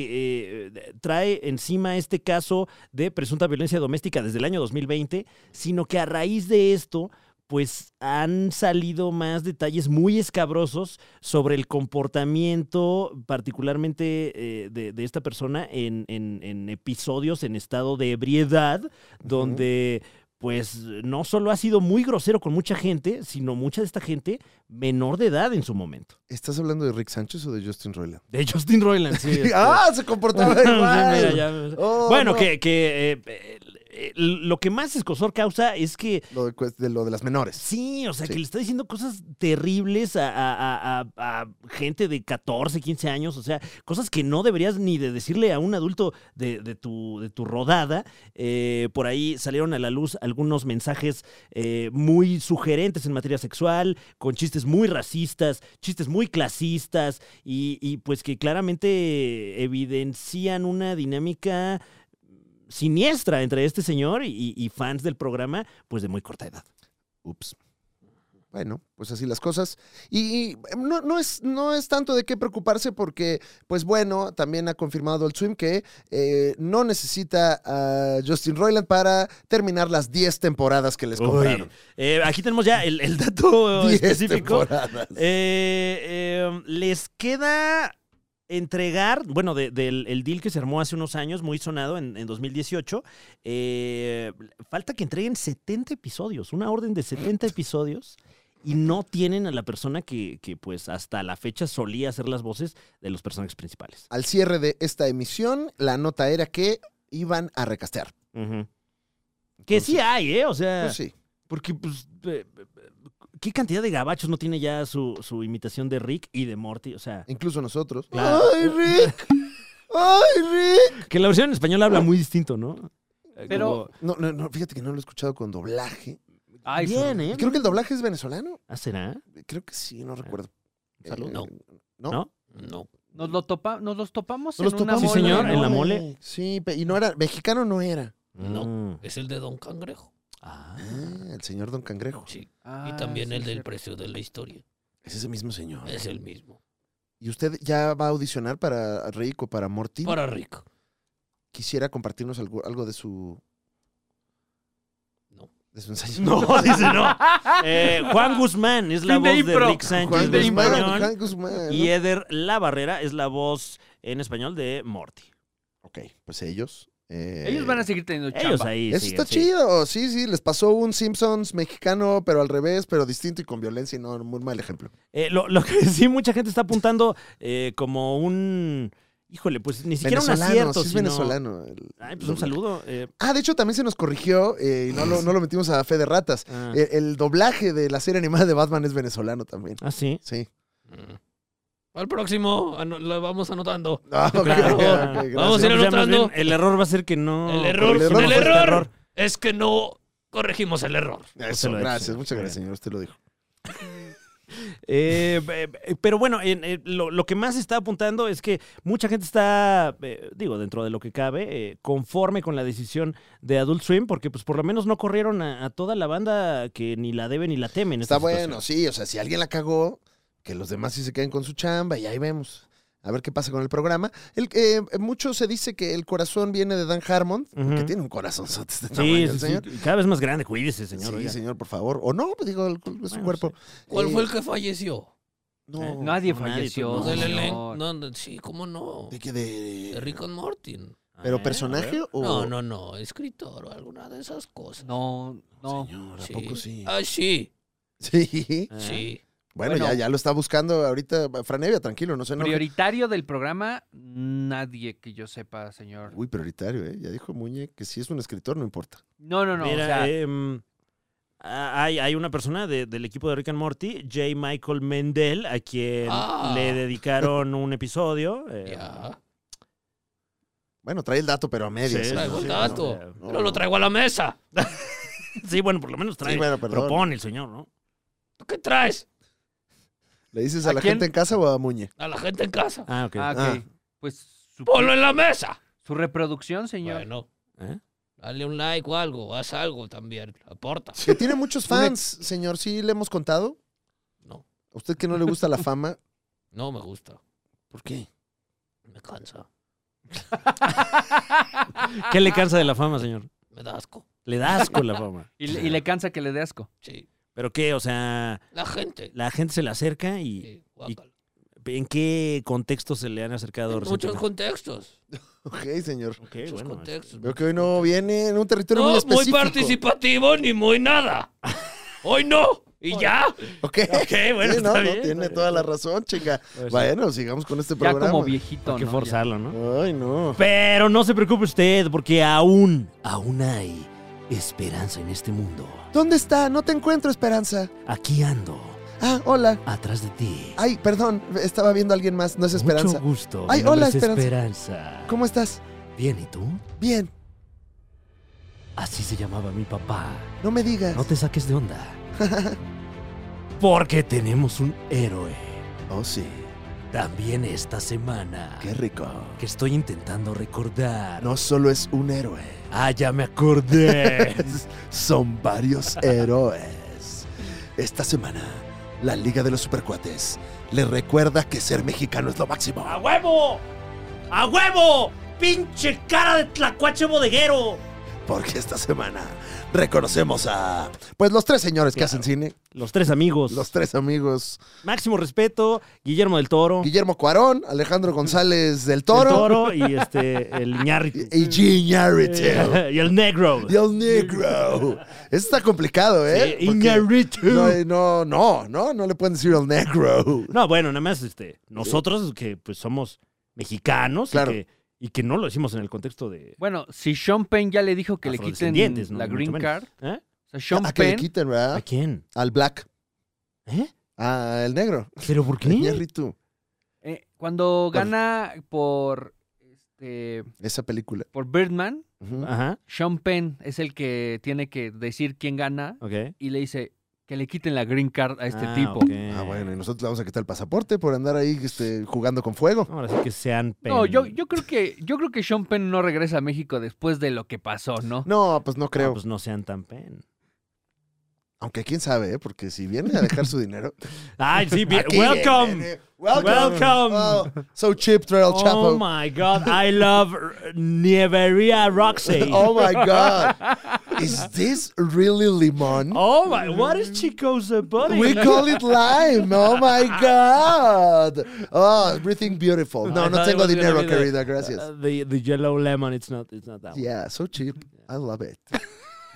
porque eh, trae encima este caso de presunta violencia doméstica desde el año 2020, sino que a raíz de esto, pues han salido más detalles muy escabrosos sobre el comportamiento particularmente eh, de, de esta persona en, en- en episodios en estado de ebriedad, donde pues no solo ha sido muy grosero con mucha gente, sino mucha de esta gente menor de edad en su momento.
¿Estás hablando de Rick Sánchez o de Justin Roiland?
De Justin Roiland, sí. este.
¡Ah! Se comportaba
Sí, mira,
igual.
ya-
Oh,
bueno,
no.
que, que, eh, eh, eh, lo que más escosor causa es que
Lo de, cues- de lo de las menores.
sí, o sea,
Sí.
que le está diciendo cosas terribles a, a- a- a- a gente de 14, 15 años, o sea, cosas que no deberías ni de decirle a un adulto de, de tu, de tu rodada. Eh, por ahí salieron a la luz algunos mensajes eh, muy sugerentes en materia sexual, con chistes muy racistas, chistes muy clasistas, y, y pues que claramente evidencian una dinámica siniestra entre este señor y- y fans del programa, pues de muy corta edad.
Ups. Bueno, pues así las cosas. Y, y, no, no, es, no es tanto de qué preocuparse porque, pues bueno, también ha confirmado el Swim que eh, no necesita a Justin Roiland para terminar las 10 temporadas que les
Uy,
compraron.
eh, aquí tenemos ya el, el dato
10
específico.
temporadas.
Eh, eh, les queda entregar, bueno, de- del el deal que se armó hace unos años, muy sonado en, en 2018, eh, falta que entreguen 70 episodios, una orden de 70 episodios. Y no tienen a la persona que, que, pues, hasta la fecha solía hacer las voces de los personajes principales.
Al cierre de esta emisión, la nota era que iban a recastear.
Que sí
Entonces,
hay, ¿eh? O sea,
Pues sí.
Porque, pues, eh, eh, ¿qué cantidad de gabachos no tiene ya su, su imitación de Rick y de Morty? O sea,
Incluso nosotros.
Claro.
¡Ay, Rick! ¡Ay, Rick!
que la versión en español habla muy distinto, ¿no? Eh,
Pero-
No,
como-
no, no, fíjate que no lo he escuchado con doblaje.
Ay,
bien,
su-
¿eh?
Creo que el doblaje es venezolano.
¿Ah, será?
Creo que sí, no recuerdo.
Salud.
Eh,
No.
¿No?
¿No?
No.
Nos, lo topa, nos los topamos
¿No los
en
topamos?
una
Sí,
mole,
señor,
¿no?
en la mole.
Sí, pe- y no era, mexicano no era.
No.
Mm.
Es el de Don Cangrejo.
Ah.
Ah, el señor Don Cangrejo.
Sí.
Ah,
y también
sí,
el del
cierto.
precio de la historia.
Es ese mismo señor.
Es el mismo.
Eh, ¿Y usted ya va a audicionar para Rico, para Morty?
Para Rico.
Quisiera compartirnos algo, algo de su...
No.
De su ensayo.
No, dice no. Eh, Juan Guzmán es la
Fin de
voz de
impro.
Rick Sánchez
Juan
de
en
Guzmán,
español,
Juan Guzmán.
Y Eder La Barrera es la voz en español de Morty.
Ok, pues ellos... eh,
Ellos van a seguir teniendo chamba.
Ellos ahí.
Eso
siguen,
está
sí.
chido, sí, sí, les pasó un Simpsons mexicano, pero al revés, pero distinto y con violencia y no, muy mal ejemplo.
Eh, lo, lo que sí, mucha gente está apuntando eh, como un. Híjole, pues ni siquiera un
venezolano,
acierto.
sí es
sino-
venezolano. el-
Ay, pues un saludo. eh,
Ah, de hecho también se nos corrigió eh, y no lo, no lo metimos a fe de ratas.
ah.
El, el doblaje de la serie animada de Batman es venezolano también.
Ah, sí.
Sí.
Mm. Al próximo ano- lo vamos anotando.
Ah, ok,
Claro.
ok, gracias.
Vamos a ir
Ya, pues, ya más
anotando.
bien, El error va a ser que no.
el
el
error,
error
el error,
fue este error.
es que no corregimos el error.
Eso,
lo dijo,
gracias,
señor.
muchas
Muy
gracias, señor. Usted lo dijo.
Eh, eh, pero bueno, en- eh, lo, lo que más está apuntando es que mucha gente está, eh, digo, dentro de lo que cabe, eh, conforme con la decisión de Adult Swim, porque pues por lo menos no corrieron a, a toda la banda que ni la debe ni la teme. en
Está
esta situación.
bueno, sí. O sea, si alguien la cagó, que los demás sí se queden con su chamba y ahí vemos. A ver qué pasa con el programa. El, eh, mucho se dice que el corazón viene de Dan Harmon, que
Ujú.
tiene un corazón sote este
Sí,
tamaño, el
sí,
señor.
sí, cada vez más grande, cuídese,
Sí,
señor.
señor,
oiga.
por favor. O no, digo, el- es un
Bueno,
cuerpo.
¿Cuál
Eh,
fue el que falleció?
No,
Nadie
No, nadie,
falleció.
No,
Pues del
señor.
elenco- no, no, sí, ¿cómo no?
¿De qué? Oh. De-
De Rick and Morton.
Ah,
¿Pero
¿eh? A
personaje
ver.
o...?
No, no, no, escritor o alguna de esas cosas.
No, no.
Señor, ¿a poco sí?
Ah, sí,
Sí.
Ah.
sí.
Bueno,
Bueno.
ya, ya lo está buscando ahorita Franevia, tranquilo, no se enoje.
Prioritario del programa, nadie que yo sepa, señor.
Uy, prioritario, ¿eh? Ya dijo Muñe que si es un escritor no importa.
No, no, no.
Mira,
o sea,
eh,
em, ah, hay, hay una persona de- del equipo de Rick and Morty, J. Michael Mendel, a quien
Ah.
le dedicaron un episodio. eh,
Ya.
Bueno, trae el dato, pero a medias.
Sí,
¿eh?
Traigo el
sí,
dato.
no, no,
Pero lo traigo a la mesa.
Sí, bueno, por lo menos trae.
Sí, bueno, perdón.
propone el señor, ¿no?
¿Tú ¿Qué traes?
¿Le dices
¿A
a la
quién?
gente en casa o a Muñe?
A la gente en casa.
Ah, ok.
ah, ok.
Ah.
Pues su,
Ponlo en la mesa.
su reproducción, señor.
Bueno,
¿Eh?
dale un like o algo. Haz algo también. Aporta.
Que tiene muchos fans, señor. ¿Sí le hemos contado?
No.
¿A usted que no le gusta la fama?
No me gusta.
¿Por qué?
Me cansa.
¿Qué le cansa de la fama, señor?
Me da asco.
Le da asco la fama.
Y, le- y le cansa que le dé asco.
Sí.
¿Pero qué? O sea,
La gente.
la gente se le acerca y
Sí, guácala.
¿en qué contexto se le han acercado
En muchos
recientemente?
contextos.
Ok, señor.
Ok,
Muchos
bueno,
contextos.
Veo que hoy no viene en un territorio
no,
muy
muy
específico.
participativo ni muy nada. Hoy no.
¿Y ya?
Ok.
Ok, bueno,
Sí, no,
está
no,
bien,
tiene
está
toda
bien.
la razón, chinga.
Pues
Bueno, sigamos con este
Ya
programa.
como viejito,
Hay que
¿no?
forzarlo, ¿no?
Ay, no.
Pero no se preocupe usted, porque aún, aún hay esperanza en este mundo.
¿Dónde está? No te encuentro, Esperanza.
Aquí ando,
Ah, hola.
atrás de ti.
Ay, perdón, estaba viendo a alguien más, no es Esperanza.
Mucho gusto.
Ay,
Mi nombre
hola,
es
Esperanza.
Esperanza.
¿Cómo estás?
Bien, ¿y tú?
Bien,
Así se llamaba mi papá.
no me digas.
No te saques de onda. Porque tenemos un héroe.
Oh, sí,
También esta semana.
qué rico.
Que estoy intentando recordar.
No solo es un héroe,
Ah, ya me acordé.
son varios héroes. Esta semana, la Liga de los Supercuates le recuerda que ser mexicano es lo máximo.
¡A huevo! ¡A huevo! ¡Pinche cara de tlacuache bodeguero!
Porque esta semana reconocemos a... Pues los tres señores que
Claro.
hacen cine,
Los tres amigos.
los tres amigos.
Máximo respeto, Guillermo del Toro.
Guillermo Cuarón, Alejandro González del Toro,
El toro y este, el Iñárritu.
y Giñarritu.
y el negro.
Y el negro. Eso está complicado, ¿eh?
Sí,
Porque
Iñárritu.
No, hay- no, no, no, no le pueden decir el negro.
No, bueno, nada más este, nosotros que pues somos mexicanos y
Claro.
que- y, que, no lo hicimos en el contexto de
Bueno, si Sean Penn ya le dijo que le quiten
afrodescendientes, ¿no?
la
Mucho
green
menos.
card,
¿Eh?
o sea, Sean
A Ah, que le
Penn
quiten,
¿A
¿verdad?
quién?
Al black,
¿Eh?
al negro.
¿Pero por
Al
qué?
Iñárritu.
eh, cuando gana por este
Esa película.
por Birdman,
Ujú.
Ajá,
Sean Penn es el que tiene que decir quién gana
ok.
y le dice que le quiten la green card a este
Ah,
tipo.
ok.
Ah, bueno, y nosotros le vamos a quitar el pasaporte por andar ahí este, jugando con fuego.
Ahora sí que sean
No,
pen- Ah,
yo, yo creo que yo creo que Sean Penn no regresa a México después de lo que pasó, ¿no?
No, pues no
Ah,
creo.
pues no sean tan pen.
Aunque quién sabe, ¿eh? Porque si viene a dejar su dinero.
Ay, sí, bien.
Aquí
Welcome.
viene, ¿eh? Welcome.
Welcome.
Oh, so cheap, Trail
Oh
Chapo.
my god, I love Nieveria Roxy.
Oh my God. Is this really limon?
Oh my, what is Chico's uh, body?
We call it lime. Oh my God. Oh, everything beautiful. No,
I
no
thought it
tengo
was gonna
dinero,
be the-
querida. Gracias.
Uh, the the yellow lemon, it's not it's not that. one.
Yeah, so cheap. I love it.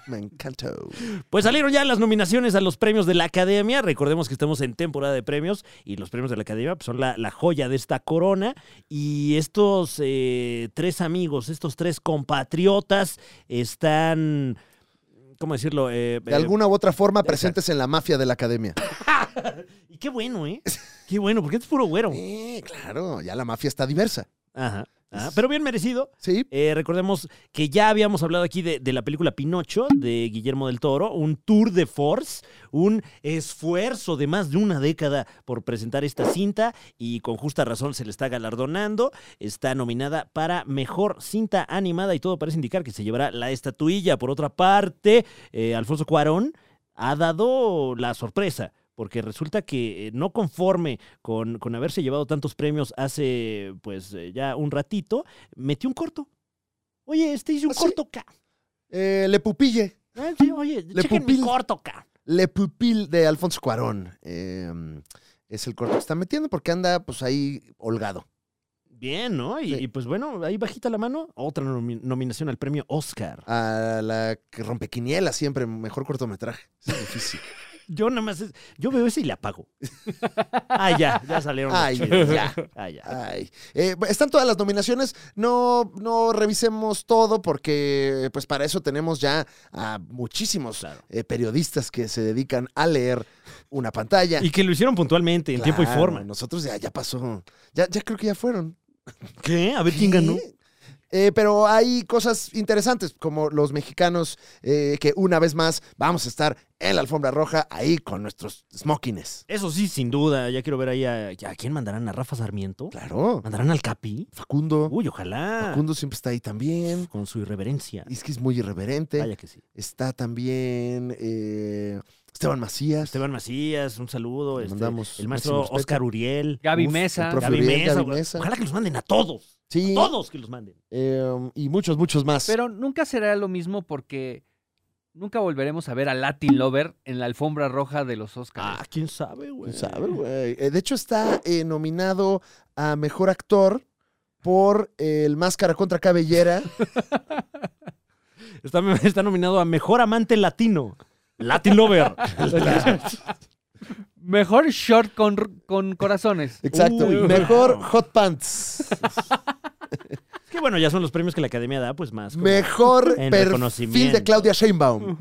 Me encantó.
Pues salieron ya las nominaciones a los premios de la Academia. Recordemos que estamos en temporada de premios y los premios de la Academia pues, son la, la joya de esta corona. Y estos eh, tres amigos, estos tres compatriotas están, ¿cómo decirlo? Eh,
De
eh,
alguna u otra forma, presentes en la mafia de la academia.
Y qué bueno, ¿eh? Qué bueno, porque es puro güero.
Eh, claro, ya la mafia está diversa.
Ajá. ajá. pero bien merecido.
Sí,
Eh, recordemos que ya habíamos hablado aquí de, de la película Pinocho de Guillermo del Toro, un tour de force, un esfuerzo de más de una década por presentar esta cinta y con justa razón se le está galardonando. Está nominada para mejor cinta animada y todo parece indicar que se llevará la estatuilla. Por otra parte, eh, Alfonso Cuarón ha dado la sorpresa. Porque resulta que eh, no conforme con, con haberse llevado tantos premios hace pues eh, ya un ratito, metió un corto. Oye, este hizo un
¿Ah, sí?
corto, ca.
eh, Le Pupille.
Ah, sí, oye, chequen mi
pupil.
corto, ca.
Le Pupil de Alfonso Cuarón. eh, es el corto que está metiendo porque anda pues ahí holgado.
Bien, ¿no? Y,
Sí.
y, pues bueno, ahí bajita la mano, otra nomi- nominación al premio Oscar.
A la que rompequiniela siempre, mejor cortometraje. Es difícil.
Yo nada más, es- yo veo ese y le apago. ah, ya, ya salieron. los
Ay,
chidos.
ya.
Ah, ya.
Ay. Eh, están todas las nominaciones. No, no revisemos todo porque pues para eso tenemos ya a muchísimos
Claro.
eh, periodistas que se dedican a leer una pantalla.
Y que lo hicieron puntualmente, en tiempo y
Claro,
forma.
Nosotros ya, ya pasó. Ya, ya creo que ya fueron.
¿Qué? A ver quién ganó.
Sí. Eh, pero hay cosas interesantes, como los mexicanos, eh, que una vez más vamos a estar en la alfombra roja ahí con nuestros smokines.
Eso sí, sin duda. Ya quiero ver ahí a, a quién mandarán, a Rafa Sarmiento.
Claro.
¿Mandarán al Capi?
Facundo.
Uy, ojalá. Pues,
Facundo siempre está ahí también.
Con su irreverencia.
Es que es muy irreverente.
Vaya que sí.
Está también eh, Esteban Macías.
Esteban Macías, un saludo.
Le
este,
mandamos máximo
el maestro
respeto.
Oscar Uriel.
Gaby
Uf,
Mesa,
el profe
Gaby
Uriel,
Mesa,
Gaby
güey.
Mesa.
Ojalá que los manden a todos.
Sí.
Todos que los manden.
eh, y muchos, muchos más.
pero nunca será lo mismo porque nunca volveremos a ver a Latin Lover en la alfombra roja de los Oscars.
Ah, quién sabe, güey.
¿Quién sabe, güey? Eh, de hecho, está eh, nominado a Mejor Actor por eh, El Máscara contra Cabellera.
Está, está nominado a Mejor Amante Latino. Latin Lover. Ah.
Mejor short con, r- con corazones.
Exacto.
Uy,
Mejor
claro.
hot pants.
Es que bueno, ya son los premios que la academia da, pues más como
Mejor
En
perfil
reconocimiento.
de Claudia Sheinbaum.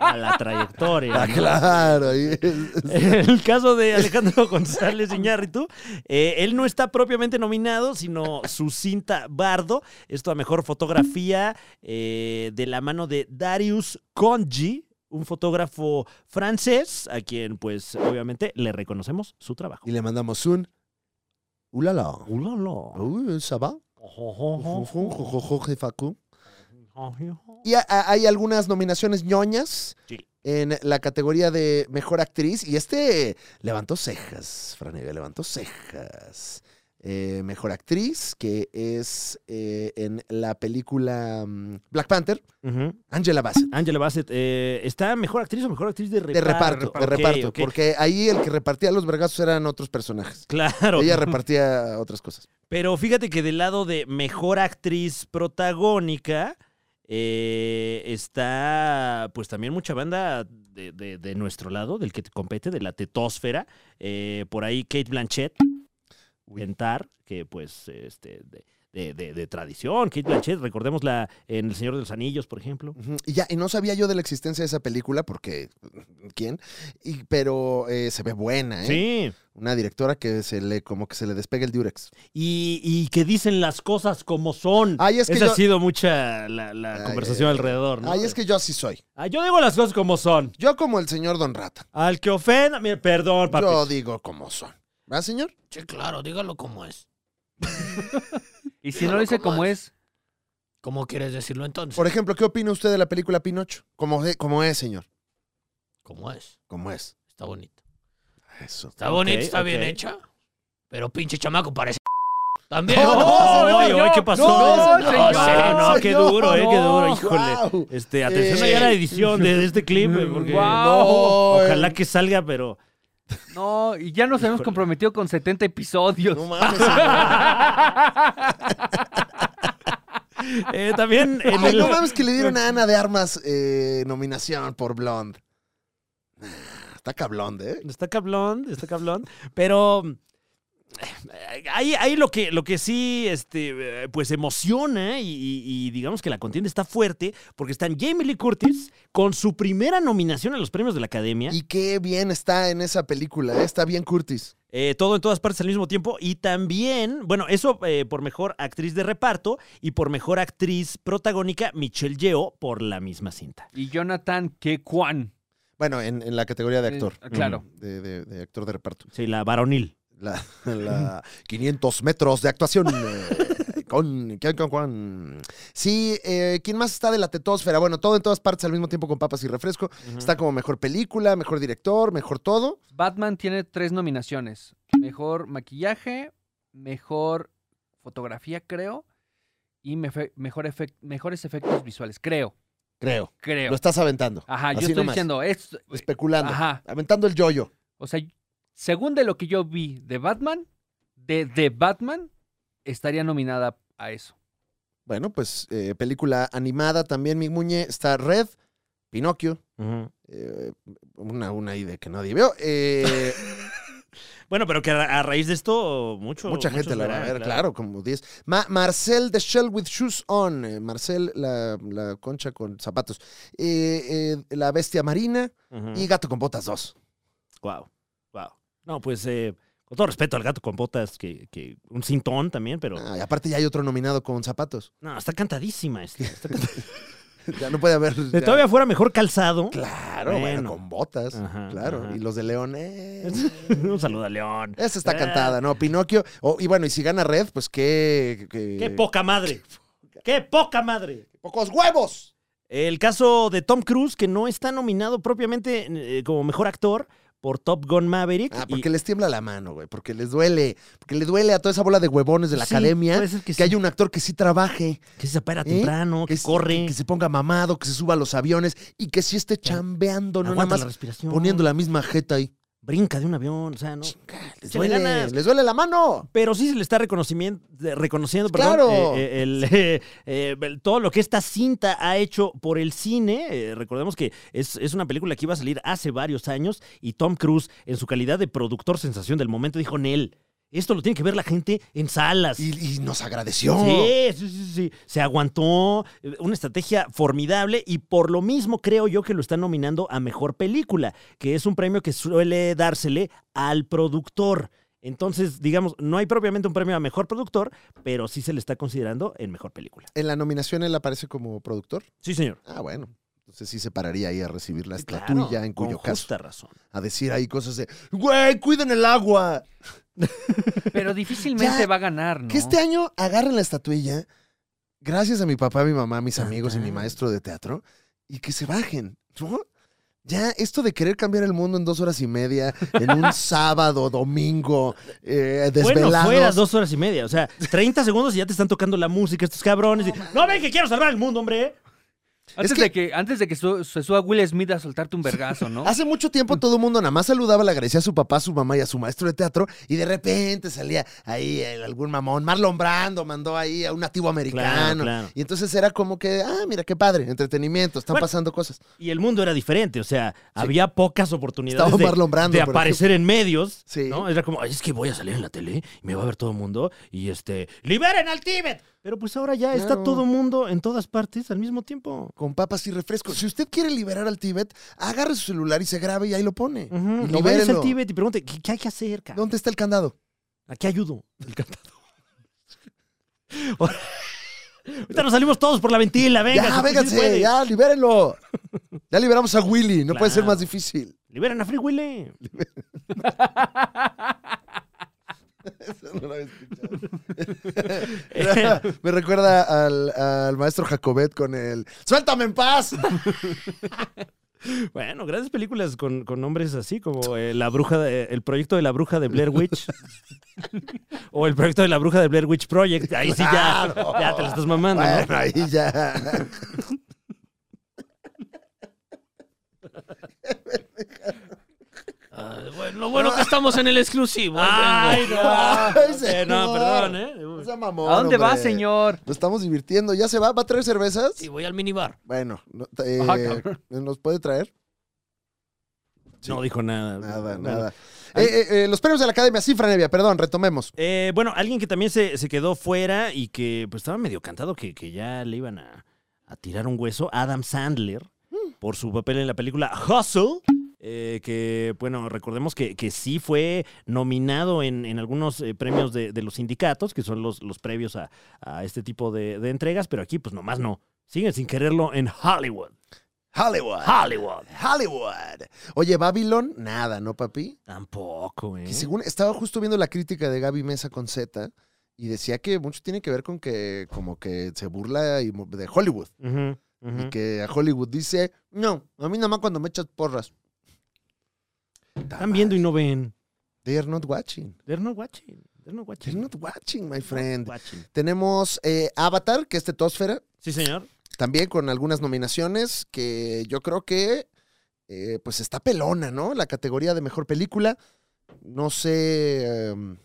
a la trayectoria.
Ah,
¿no?
claro. ahí es-
El caso de Alejandro González Iñárritu, eh, él no está propiamente nominado, sino su cinta Bardo, esto a mejor fotografía eh, de la mano de Darius Conji, un fotógrafo francés, a quien pues obviamente le reconocemos su trabajo.
Y le mandamos un. Ulala.
Ulala.
Uy, ¿ça va?
Ojojojo.
Y a- a- hay algunas nominaciones ñoñas
Sí.
en la categoría de mejor actriz. Y este levantó cejas, Franega, levantó cejas. Eh, mejor actriz, que es eh, en la película mm, Black Panther,
Ujú.
Angela Bassett.
Angela Bassett, eh, ¿está mejor actriz o mejor actriz de
Ah, De
reparto?
reparto, de
Ok,
reparto.
ok.
Porque ahí el que repartía los vergazos eran otros personajes.
Claro.
Ella repartía otras cosas.
Pero fíjate que del lado de mejor actriz protagónica eh, está pues también mucha banda de, de- de nuestro lado, del que te compete, de la tetósfera. Eh, por ahí Kate Blanchett, Ventar, que pues este, de, de- de- de tradición. Kate Blanchett, recordémosla en El Señor de los Anillos, por ejemplo.
Ujú. Y ya, y no sabía yo de la existencia de esa película porque. ¿Quién? Y, pero eh, se ve buena, ¿eh?
Sí.
Una directora que se le, como que se le despega el Durex.
Y, y que dicen las cosas como son.
Ay, es que
Esa
yo-
ha sido mucha la, la
Ay,
conversación
ay,
alrededor, ¿no?
Ay, es que yo así soy.
Ah, yo digo las cosas como son.
Yo como el señor Don Rata.
Al que ofenda, mire, perdón, papi.
Yo digo como son. ¿Verdad, señor?
Sí, claro, dígalo como es.
Y si no lo dice como es,
¿Cómo quieres decirlo entonces?
Por e- ejemplo, ¿qué opina usted de la película Pinocho? Como, de- como es, señor.
Como es.
Como es.
Está bonito.
Eso.
Está bonito, está
ok.
bien hecha. Pero pinche chamaco parece. También.
No, no,
¡Oh,
señor,
ay, ay, qué pasó!
no,
No,
señor,
sí, no, qué
señor,
duro, eh, qué duro,
no.
híjole.
Guau.
Este, atención
Eh.
allá a la edición de, de este clip, eh, porque
Guau.
No,
ojalá
eh.
que salga, pero
no, y ya nos habíamos comprometido con 70 episodios.
No mames, señor.
eh, también en
Ay,
el-
no mames que le dieron a Ana de Armas eh, nominación por Blonde. Ah, Está cablón, ¿eh?
está cablón, está cablón, pero eh, ahí, ahí lo que lo que sí este eh, pues emociona y, y- y digamos que la contienda está fuerte porque están Jamie Lee Curtis con su primera nominación a los premios de la Academia.
Y qué bien está en esa película, ¿eh? está bien Curtis.
Eh, todo en todas partes al mismo tiempo. Y también, bueno, eso eh, por mejor actriz de reparto y por mejor actriz protagónica, Michelle Yeoh, por la misma cinta.
Y Jonathan Kekwan.
Bueno, en, en la categoría de
Eh,
actor.
claro.
Mm, De, de- de actor de reparto.
Sí, la varonil.
La, la 500 metros de actuación eh, con, con- con- con- Sí, eh, ¿quién más está de la tetósfera? Bueno, todo en todas partes al mismo tiempo con papas y refresco. Está como mejor película, mejor director, mejor todo.
Batman tiene tres nominaciones. Mejor maquillaje, mejor fotografía, creo, y mefe- mejor efec- mejores efectos visuales, creo,
Creo.
creo.
Lo estás aventando,
Ajá, yo
Así
estoy
nomás.
diciendo, es,
especulando,
ajá,
aventando el yoyo.
o sea, según de lo que yo vi de Batman, de The Batman, estaría nominada a eso.
Bueno, pues eh, película animada también, mi muñe. Está Red, Pinocchio,
Ujú.
eh, una, una idea que nadie vio. Eh,
Bueno, pero que a, ra- a raíz de esto, mucho.
Mucha gente
muchos
la va a
verán,
ver, claro, como 10. Ma- Marcel de Shell with Shoes On. eh, Marcel, la, la concha con zapatos. Eh, eh, la bestia marina
Ujú.
y gato con botas 2.
Guau, guau. No, pues eh, con todo respeto al gato con botas, que, que un cintón también, pero.
Ah, y aparte ya hay otro nominado con zapatos.
No, está cantadísima esta. está cantadísima.
ya no puede haber.
Si
ya-
todavía fuera mejor calzado.
Claro, bueno,
Bueno.
con botas.
Ajá,
claro.
ajá.
Y los de León. eh,
un saludo a León.
Esa está
Ah.
cantada, ¿no? Pinocchio. oh, y bueno, y si gana Red, pues qué. Qué,
¡Qué poca madre! ¡Qué poca madre!
pocos huevos.
El caso de Tom Cruise, que no está nominado propiamente eh, como mejor actor por Top Gun Maverick.
Ah,
y-
porque les tiembla la mano, güey. Porque les duele. Porque le duele a toda esa bola de huevones de la
Sí, pues
academia.
puede ser que,
que
sí,
haya un actor que sí trabaje.
que se apara
¿Eh?
temprano, que,
se-
corre,
Que, se ponga mamado, que se suba a los aviones y que sí esté chambeando, no nada
aguanta la
más
respiración.
poniendo la misma jeta ahí.
brinca de un avión, o sea, no.
Les
Échale
duele,
ganas.
les duele la mano.
Pero sí se le está reconocimiento, reconociendo perdón,
¡Claro!
eh, eh, el, eh, eh, el- todo lo que esta cinta ha hecho por el cine. Eh, recordemos que es, es una película que iba a salir hace varios años y Tom Cruise, en su calidad de productor sensación del momento, dijo, Nel, esto lo tiene que ver la gente en salas.
Y, y nos agradeció.
Sí, sí, sí, sí. Se aguantó eh, una estrategia formidable y por lo mismo creo yo que lo están nominando a mejor película, que es un premio que suele dársele al productor. Entonces, digamos, no hay propiamente un premio a mejor productor, pero sí se le está considerando en mejor película.
En la nominación él aparece como productor.
Sí, señor.
Ah, bueno. Entonces sí se pararía ahí a recibir la
Claro,
estatuilla, en cuyo
con
caso.
justa razón.
A decir ahí cosas de, güey, cuiden el agua.
Pero difícilmente
Ya,
va a ganar, ¿no?
Que este año agarren la estatuilla, gracias a mi papá, mi mamá, mis amigos y mi
Ajá.
maestro de teatro, y que se bajen, ¿no? Ya, esto de querer cambiar el mundo en dos horas y media, en un sábado, domingo, eh,
Bueno,
desvelados.
fuera dos horas y media. O sea, 30 segundos y ya te están tocando la música estos cabrones. y, no ven que quiero salvar el mundo, hombre.
Antes,
Es que-
de que, antes de que su- se suba Will Smith a soltarte un vergazo, ¿no?
Hace mucho tiempo todo el mundo nada más saludaba, le agradecía a su papá, a su mamá y a su maestro de teatro, y de repente salía ahí el- algún mamón. Marlon Brando mandó ahí a un nativo americano.
claro.
Y entonces era como que, ah, mira qué padre, entretenimiento, están
Bueno,
pasando cosas.
Y el mundo era diferente, o sea, había pocas oportunidades
Estaba
de,
Marlon Brando,
de
por
aparecer en medios,
Sí.
¿no? Era como, "Ay, es que voy a salir en la tele y me va a ver todo el mundo y este, ¡liberen al Tíbet! Pero pues ahora ya
Claro.
está todo el mundo en todas partes al mismo tiempo.
con papas y refrescos. Si usted quiere liberar al Tíbet, agarre su celular y se grabe y ahí lo pone.
Ujú,
Y
O vayas
libérenlo.
al Tíbet y pregunte, ¿qué, qué hay que hacer, cabrón?
¿Dónde está el candado?
¿A qué ayudo? El cantado. Ahora- Ahorita nos salimos todos por la ventila, venga.
ya, vénganse, ya, libérenlo. Ya liberamos a Willy, no puede ser
Claro.
más difícil.
Liberen a Free Willy.
Eso no lo había escuchado. Me recuerda al, al maestro Jacobet con el ¡Suéltame en paz!
Bueno, grandes películas con, con nombres así como eh, la bruja de- el proyecto de la bruja de Blair Witch o el proyecto de la bruja de Blair Witch Project. Ahí sí ya,
Claro.
ya te lo estás mamando, ¿no?
Bueno, ahí ya.
Ay, Ah, bueno, lo bueno que estamos en el exclusivo. ahí
Ay,
Ah.
vengo.
no.
Ay,
Eh, no,
señor.
perdón, ¿eh?
Esa mamón,
¿A dónde va,
hombre.
señor?
Nos estamos divirtiendo. ¿Ya se va? ¿Va a traer cervezas?
Sí, voy al minibar.
Bueno, no- eh,
Ah, cabrón.
¿nos puede traer?
No dijo nada.
Nada,
Bueno.
nada. Eh, eh, eh, los premios de la Academia, sí, Franevia, perdón, retomemos.
Eh, bueno, alguien que también se, se quedó fuera y que pues estaba medio cantado que, que ya le iban a, a tirar un hueso, Adam Sandler,
Mm.
por su papel en la película Hustle. eh, que bueno, recordemos que, que sí fue nominado en, en algunos eh, premios de, de los sindicatos, que son los, los previos a, a este tipo de, de entregas, pero aquí pues nomás no. Siguen sin quererlo en Hollywood.
Hollywood.
Hollywood.
Hollywood. Oye, Babylon, nada, ¿no, papi?
Tampoco, ¿eh?
Que según estaba justo viendo la crítica de Gaby Mesa con Z y decía que mucho tiene que ver con que como que se burla y mo- de Hollywood
Ujú, ujú.
y que a Hollywood dice, "No, a mí nada más cuando me echas porras."
Están viendo y no ven.
They are not watching.
They're not watching. They're not watching.
They're not watching, my friend.
Watching.
Tenemos eh, Avatar, que es Tetosfera,
Sí, señor.
también con algunas nominaciones que yo creo que eh, pues está pelona, ¿no? La categoría de mejor película. No sé, em,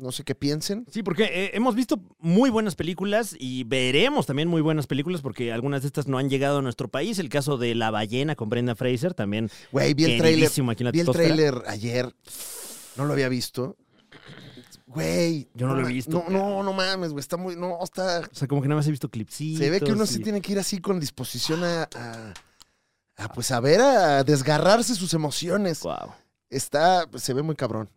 no sé qué piensen.
Sí, porque eh, hemos visto muy buenas películas y veremos también muy buenas películas porque algunas de estas no han llegado a nuestro país. El caso de La ballena con Brenda Fraser también.
Güey, vi el tráiler,
queridísimo aquí en la
vi el
Tetosfera.
tráiler ayer. No lo había visto. Güey,
Yo no lo he
ma-
visto,
No, no, no mames, güey, está muy no, está
O sea, como que nada más he visto clipsitos.
se ve que uno sí
y-
tiene que ir así con disposición a, a- a, pues a ver a desgarrarse sus emociones.
Guau.
está, pues, se ve muy cabrón.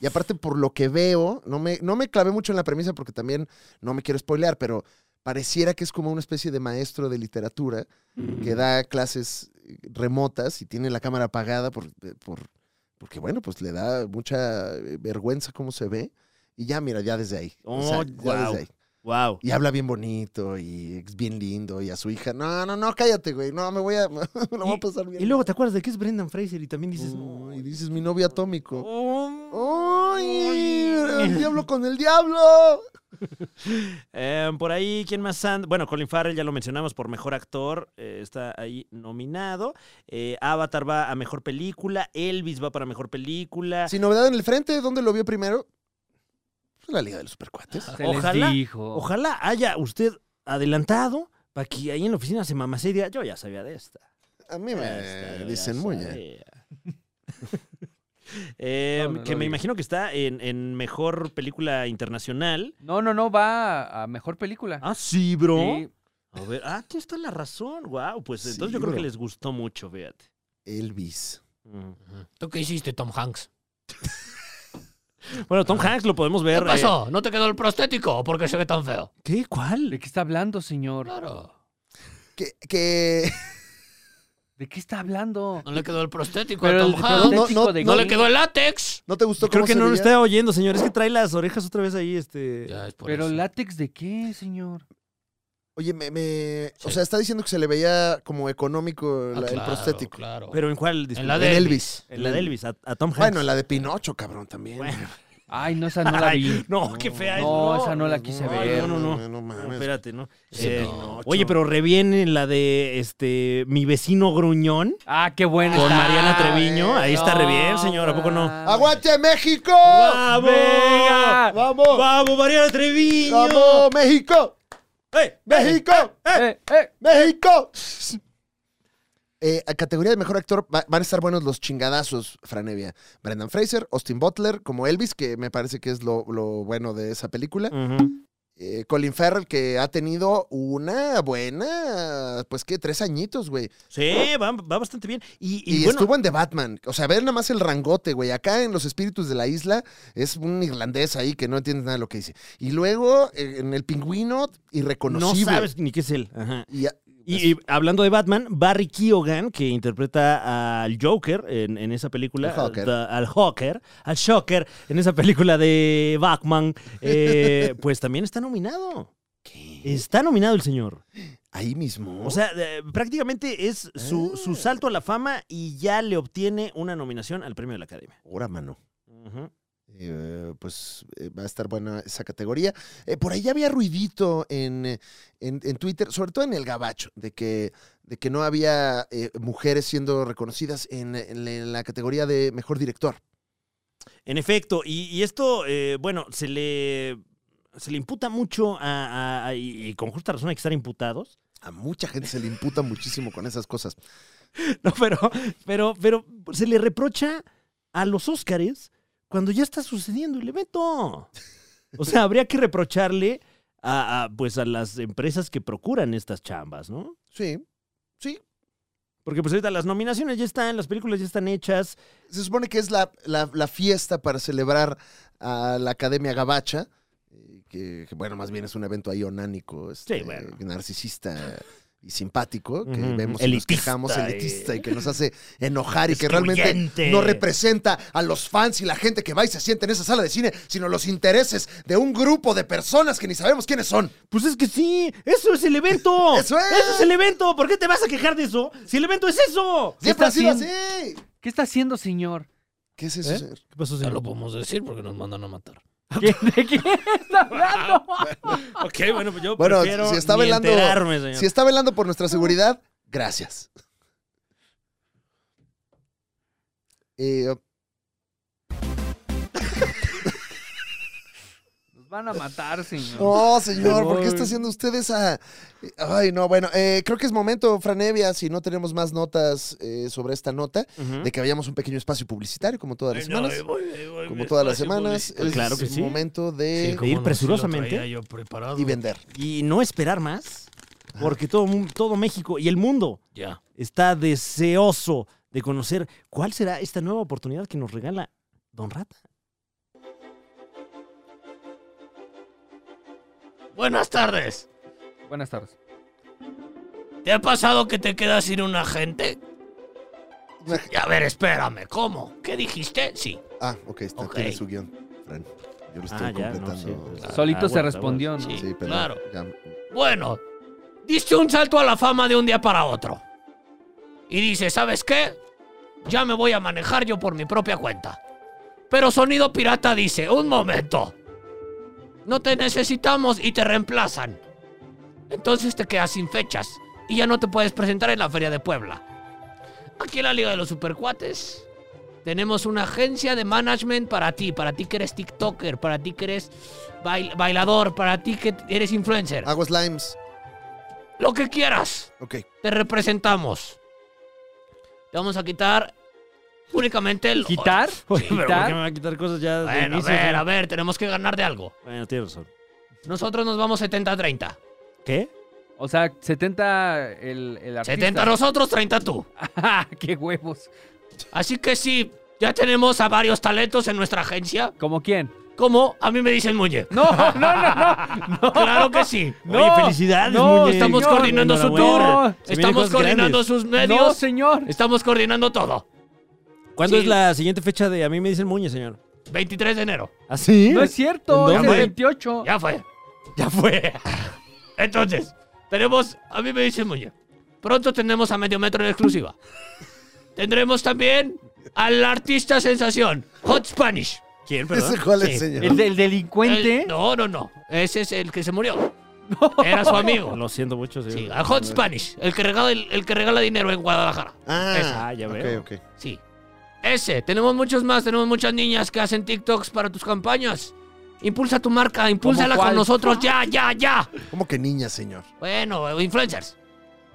Y aparte, por lo que veo, no me, no me clavé mucho en la premisa porque también no me quiero spoilear, pero pareciera que es como una especie de maestro de literatura
Mm.
que da clases eh, remotas y tiene la cámara apagada por, eh, por- porque, bueno, pues le da mucha eh, vergüenza cómo se ve. Y ya, mira, ya desde ahí.
Oh,
ya
guau.
desde ahí.
Guau.
Y habla bien bonito y es bien lindo y a su hija. No, no, no, cállate, güey. No, me voy a... me lo voy a pasar bien.
Y luego te acuerdas de que es Brendan Fraser y también dices.
Oh,
no,
y dices, mi novio atómico.
oh,
¡Ay! ¡El diablo con el diablo!
Eh, por ahí, ¿quién más anda? Bueno, Colin Farrell ya lo mencionamos por mejor actor, eh, está ahí nominado. Eh, Avatar va a mejor película, Elvis va para mejor película.
Sin novedad en el frente, ¿dónde lo vio primero? Pues la Liga de los Supercuates.
Se les
Ojalá-
dijo.
Ojalá haya usted adelantado para que ahí en la oficina se mamase y diga, yo ya sabía de esta.
A mí
Esta,
me
yo
Eh, dicen
ya
muy bien.
sabía". Eh,
No, no
que
lo
me
digas.
imagino que está en, en mejor película internacional.
No, no, no, va a- a mejor película.
Ah, sí, bro.
Sí,
A ver, ah, tienes toda la razón. Wow, pues
Sí,
entonces yo creo que
bro.
les gustó mucho, fíjate.
Elvis.
Ujú.
¿Tú qué hiciste, Tom Hanks?
Bueno,
Ah.
Tom Hanks lo podemos
¿Qué
ver. eh,
pasó? ¿No te quedó el prostético? ¿Por qué se ve tan feo?
¿Qué? ¿Cuál?
¿De qué está hablando, señor?
Claro.
Que, que
¿De qué está hablando?
No le quedó el prostético
Pero
a Tom
el
Hanks.
no,
prostético
no,
de
No le
Glee.
quedó el látex.
no te gustó
Creo
cómo
que
se
no lo
veía.
está oyendo, señor. Es que trae las orejas otra vez ahí, este.
Ya, es por
Pero
eso.
látex de qué, señor?
Oye, me, me- o
Sí.
sea, está diciendo que se le veía como económico
Ah,
la- el
claro,
prostético.
Claro.
Pero en cuál,
en
disculpe?
la de
en
Elvis.
Elvis.
En la de Elvis, a, a Tom Hanks.
Bueno, en la de Pinocho, cabrón, también.
Bueno,
Ay, no, esa no la vi.
no, qué fea es,
No,
bro.
esa no la quise
Ay,
ver.
no, no, no. No,
mames.
espérate, ¿no?
Sí,
Eh,
no.
Oye, pero reviene la de este mi vecino gruñón
Ah, qué buena.
con
está.
Mariana Treviño. Ahí está re bien,
No,
señor. ¿A poco no? Ah,
man.
¡Aguante México!
¡Vamos!
Venga.
¡Vamos!
¡Oh! ¡Vamos, Mariana Treviño!
¡Vamos, México!
¡Eh!
¡México!
Eh, eh.
¡México! Eh, a categoría de mejor actor va- van a estar buenos los chingadazos, Franevia. Brendan Fraser, Austin Butler, como Elvis, que me parece que es lo, lo bueno de esa película.
Ujú.
Eh, Colin Farrell, que ha tenido una buena, pues que tres añitos, güey.
Sí, va, va bastante bien. Y,
Y,
y bueno,
estuvo en The Batman. O sea, ver nada más el rangote, güey. Acá en Los Espíritus de la Isla es un irlandés ahí que no entiende nada de lo que dice. Y luego eh, en El Pingüino,
no
irreconocible.
sabes ni qué es él. Ajá.
Y, a-
Y, y hablando de Batman, Barry Keoghan, que interpreta al Joker en, en esa película.
El Joker.
da- al Joker. Al Joker, en esa película de Batman. eh, pues también está nominado. Está nominado el señor.
ahí mismo.
O sea, eh, prácticamente es su, su salto a la fama y ya le obtiene una nominación al premio de la academia.
ahora, mano.
Ujú.
Eh, pues eh, va a estar buena esa categoría. Eh, por ahí ya había ruidito en, eh, en, en Twitter, sobre todo en el gabacho, de que, de que no había eh, mujeres siendo reconocidas en, en la- en la categoría de mejor director.
En efecto, y, y esto, eh, bueno, se le, se le imputa mucho a, a- a- y, y con justa razón hay que estar imputados.
A mucha gente se le imputa muchísimo con esas cosas.
No, pero, pero, pero se le reprocha a los Óscares cuando ya está sucediendo el evento. O sea, habría que reprocharle a, a, pues a las empresas que procuran estas chambas, ¿no?
Sí.
Porque pues ahorita las nominaciones ya están, las películas ya están hechas.
Se supone que es la, la- la fiesta para celebrar a la Academia Gabacha, eh, que, que, bueno, más bien es un evento ahí onánico, este,
Sí, bueno.
narcisista y simpático, que
Ujú,
vemos y nos
elitista,
quejamos,
eh.
elitista, y que nos hace enojar y que realmente
Excluyente.
no representa a los fans y la gente que va y se siente en esa sala de cine, sino los intereses de un grupo de personas que ni sabemos quiénes son.
Pues es que sí, eso es el evento.
¡Eso es!
Eso es el evento. ¿Por qué te vas a quejar de eso? Si el evento es eso.
Siempre ha
está
sido así.
¿Qué está haciendo, señor?
¿Qué es eso?
¿Eh?
señor?
¿Qué pasó,
Ya
señor?
lo podemos decir porque nos mandan a matar.
¿Qué- ¿De qué está hablando?
Ok, bueno, pues yo
Bueno,
prefiero
si está
ni
velando-
enterarme, señor.
Si está velando por nuestra seguridad, gracias. Eh,
Nos van a matar, señor.
no, oh, señor, ¿por qué
Ay.
está haciendo usted esa...? Ay, no, bueno, eh, creo que es momento, Franevia, si no tenemos más notas eh, sobre esta nota,
Ujú.
de que vayamos un pequeño espacio publicitario, como todas las
Ay, no,
semanas.
ahí voy, ahí voy,
como
mi
todas las
espacio
semanas,
publicitario.
es
Claro que sí.
momento
Sí,
de...
cómo no,
ir
sí lo
presurosamente.
traía yo preparado.
y vender.
Y no esperar más, porque todo, mun- todo México y el mundo
Ya.
está deseoso de conocer cuál será esta nueva oportunidad que nos regala Don Rata.
Buenas tardes.
Buenas tardes.
¿Te ha pasado que te quedas sin un agente?
Una-
Y a ver, espérame, ¿cómo? ¿Qué dijiste? Sí.
Ah, ok, está,
Ok.
tiene su guión, Fran. Yo lo estoy
Ah, ya, no,
completando.
sí, claro.
Solito
aguanta,
se respondió, ¿no?
Sí,
Sí, pero
claro.
ya,
Bueno, diste un salto a la fama de un día para otro. Y dices, ¿sabes qué? Ya me voy a manejar yo por mi propia cuenta. Pero Sonido Pirata dice, un momento. no te necesitamos y te reemplazan. Entonces te quedas sin fechas y ya no te puedes presentar en la Feria de Puebla. Aquí en la Liga de los Supercuates tenemos una agencia de management para ti, para ti que eres TikToker, para ti que eres bail- bailador, para ti que eres influencer.
Hago slimes.
Lo que quieras,
Ok.
te representamos. Te vamos a quitar únicamente el...
¿Quitar?
Oye, pero ¿por qué me
¿Quitar?
va a quitar cosas ya de
Bueno, a
inicio?
ver, a ver, tenemos que ganar de algo.
Bueno, tienes razón.
Nosotros nos vamos 70-30.
¿Qué?
O sea, 70 el, el artista. Ah,
70 nosotros, 30 tú.
¡Qué huevos!
Así que sí, ya tenemos a varios talentos en nuestra agencia.
¿Como quién?
Como a mí me dicen Muñe.
¡No, no, no, no! no.
Claro que sí.
No,
Oye, felicidades,
no,
Muñe.
Estamos
señor,
coordinando su tour.
enhorabuena.
no,
Se vienen
Estamos
cosas
coordinando
grandes.
sus
¡No,
medios.
señor!
Estamos coordinando todo.
¿Cuándo
Sí.
es la siguiente fecha de A mí me dicen Muñe, señor?
23 de enero.
¿Así?
No es cierto,
¿En
es el
dónde?
28.
Ya fue. Ya fue. Entonces, tenemos a mí me dicen Muñe. Pronto tendremos a Medio Metro en exclusiva. Tendremos también al artista sensación, Hot Spanish.
¿Quién, perdón?
¿Ese cuál es,
Sí.
señor?
¿El del delincuente?
El- no, no, no. Ese es el que se murió. Era su amigo.
Lo siento mucho, señor.
Sí, a Hot Spanish, el que, regala, el, el que regala dinero en Guadalajara.
Ah,
Ah, ya
ok,
veo.
ok.
Sí. Ese, tenemos muchos más, tenemos muchas niñas que hacen TikToks para tus campañas. Impulsa tu marca, impúlsala
cuál?
con nosotros, ya, ya, ya.
¿Cómo que niña, señor?
Bueno, eh, influencers.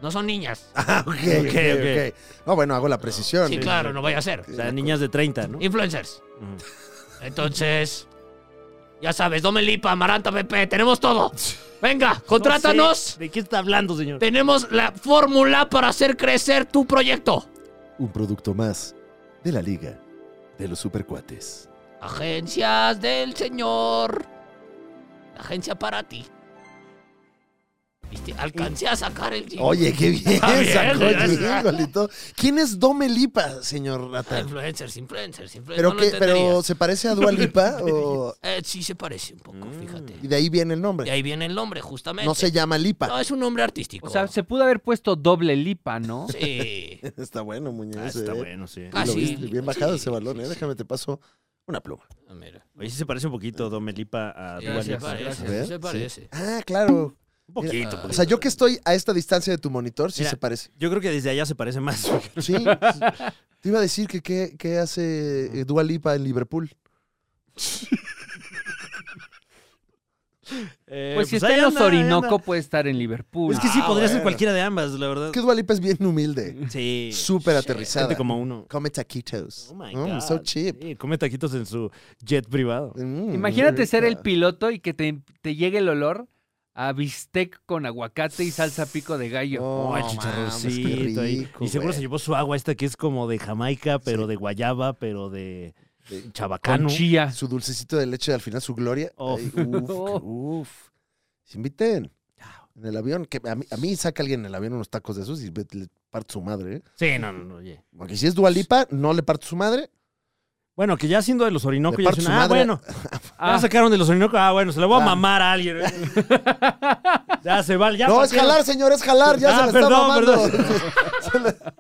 No son niñas.
Ah, ok, ok, ok.
ok.
No, bueno, hago la precisión.
Sí, claro, no vaya a ser.
O sea, niñas de 30, ¿no?
Influencers.
Ujú.
Entonces, ya sabes, Domelipa, Amaranta, Pepe, tenemos todo. Venga, contrátanos.
No sé ¿De qué está hablando, señor?
Tenemos la fórmula para hacer crecer tu proyecto.
Un producto más de la Liga de los Supercuates.
Agencias del señor. La agencia para ti. ¿Viste? Alcancé a sacar el jingle.
Oye, qué bien,
Está bien,
sacó el
¿verdad?
jingle y todo. ¿Quién es Dome Lipa, señor
Ah,
Rata?
Influencers, influencers, influencers.
¿Pero,
pues, no lo
qué, ¿Pero
entenderías.
se parece a Dua Lipa? o-
Eh, sí se parece un poco,
Mm.
fíjate.
Y de ahí viene el
Y
nombre.
ahí viene el nombre, justamente.
No se llama
No,
Lipa.
es un nombre artístico.
O sea, se pudo haber puesto doble lipa, ¿no?
Sí.
Está bueno, muñeco.
Ah, está bueno, sí.
Ah,
Lo
sí.
viste, bien bajado
Sí,
ese balón,
sí,
¿eh?
sí.
Déjame, te paso una pluma.
Ah, mira.
Oye, sí se parece un poquito Domelipa a
Sí,
Dua
se
Lipa. ¿eh?
parece,
A ver,
sí se
sí.
parece.
Ah, claro.
Un poquito.
Mira,
O sea, yo que estoy a esta distancia de tu monitor, sí
Mira.
se parece.
Ah, Yo creo que desde allá se parece más.
Sí. Te iba a decir que qué, qué hace eh, Dua Lipa en Liverpool.
Eh,
Pues si está
ahí
en los
anda, ahí
Orinoco,
anda.
puede estar en Liverpool.
Es que sí,
Ah,
podría ser
bueno.
cualquiera de ambas, la verdad.
Es que Dua Lipa es bien humilde,
Sí.
súper
Gente
aterrizada.
como uno.
Come taquitos.
Oh my
Mm,
God.
so cheap.
Sí, come taquitos en su jet privado.
Mm,
Imagínate
rica.
ser el piloto y que te, te llegue el olor a bistec con aguacate y salsa pico de gallo.
Oh,
Oh, el
mames,
chicharroncito
qué
ahí.
rico,
Y seguro
güey.
se llevó su agua esta que es como de Jamaica, pero de guayaba, pero de
De-
con
chabacano.
chía.
Su dulcecito de leche al final, su gloria.
Uf.
Ay, uf,
Oh.
uf. Se inviten. En el avión, que a mí, a mí saca alguien en el avión unos tacos de esos y ve- le parto su madre. ¿eh?
Sí, no, no, no, oye.
Porque si es Dualipa, no le parto su madre.
Bueno, que ya siendo de los Orinoco,
Le
ya
parto
dicen,
su
ah,
madre".
bueno,
Ah,
ya sacaron de los Orinoco, ah, bueno, se la voy a
Ah.
mamar a alguien. ¿eh? ya se vale, ya.
no, es
partieron.
jalar, señor, es jalar. Ya
Ah,
se la está
perdón,
mamando. Se la-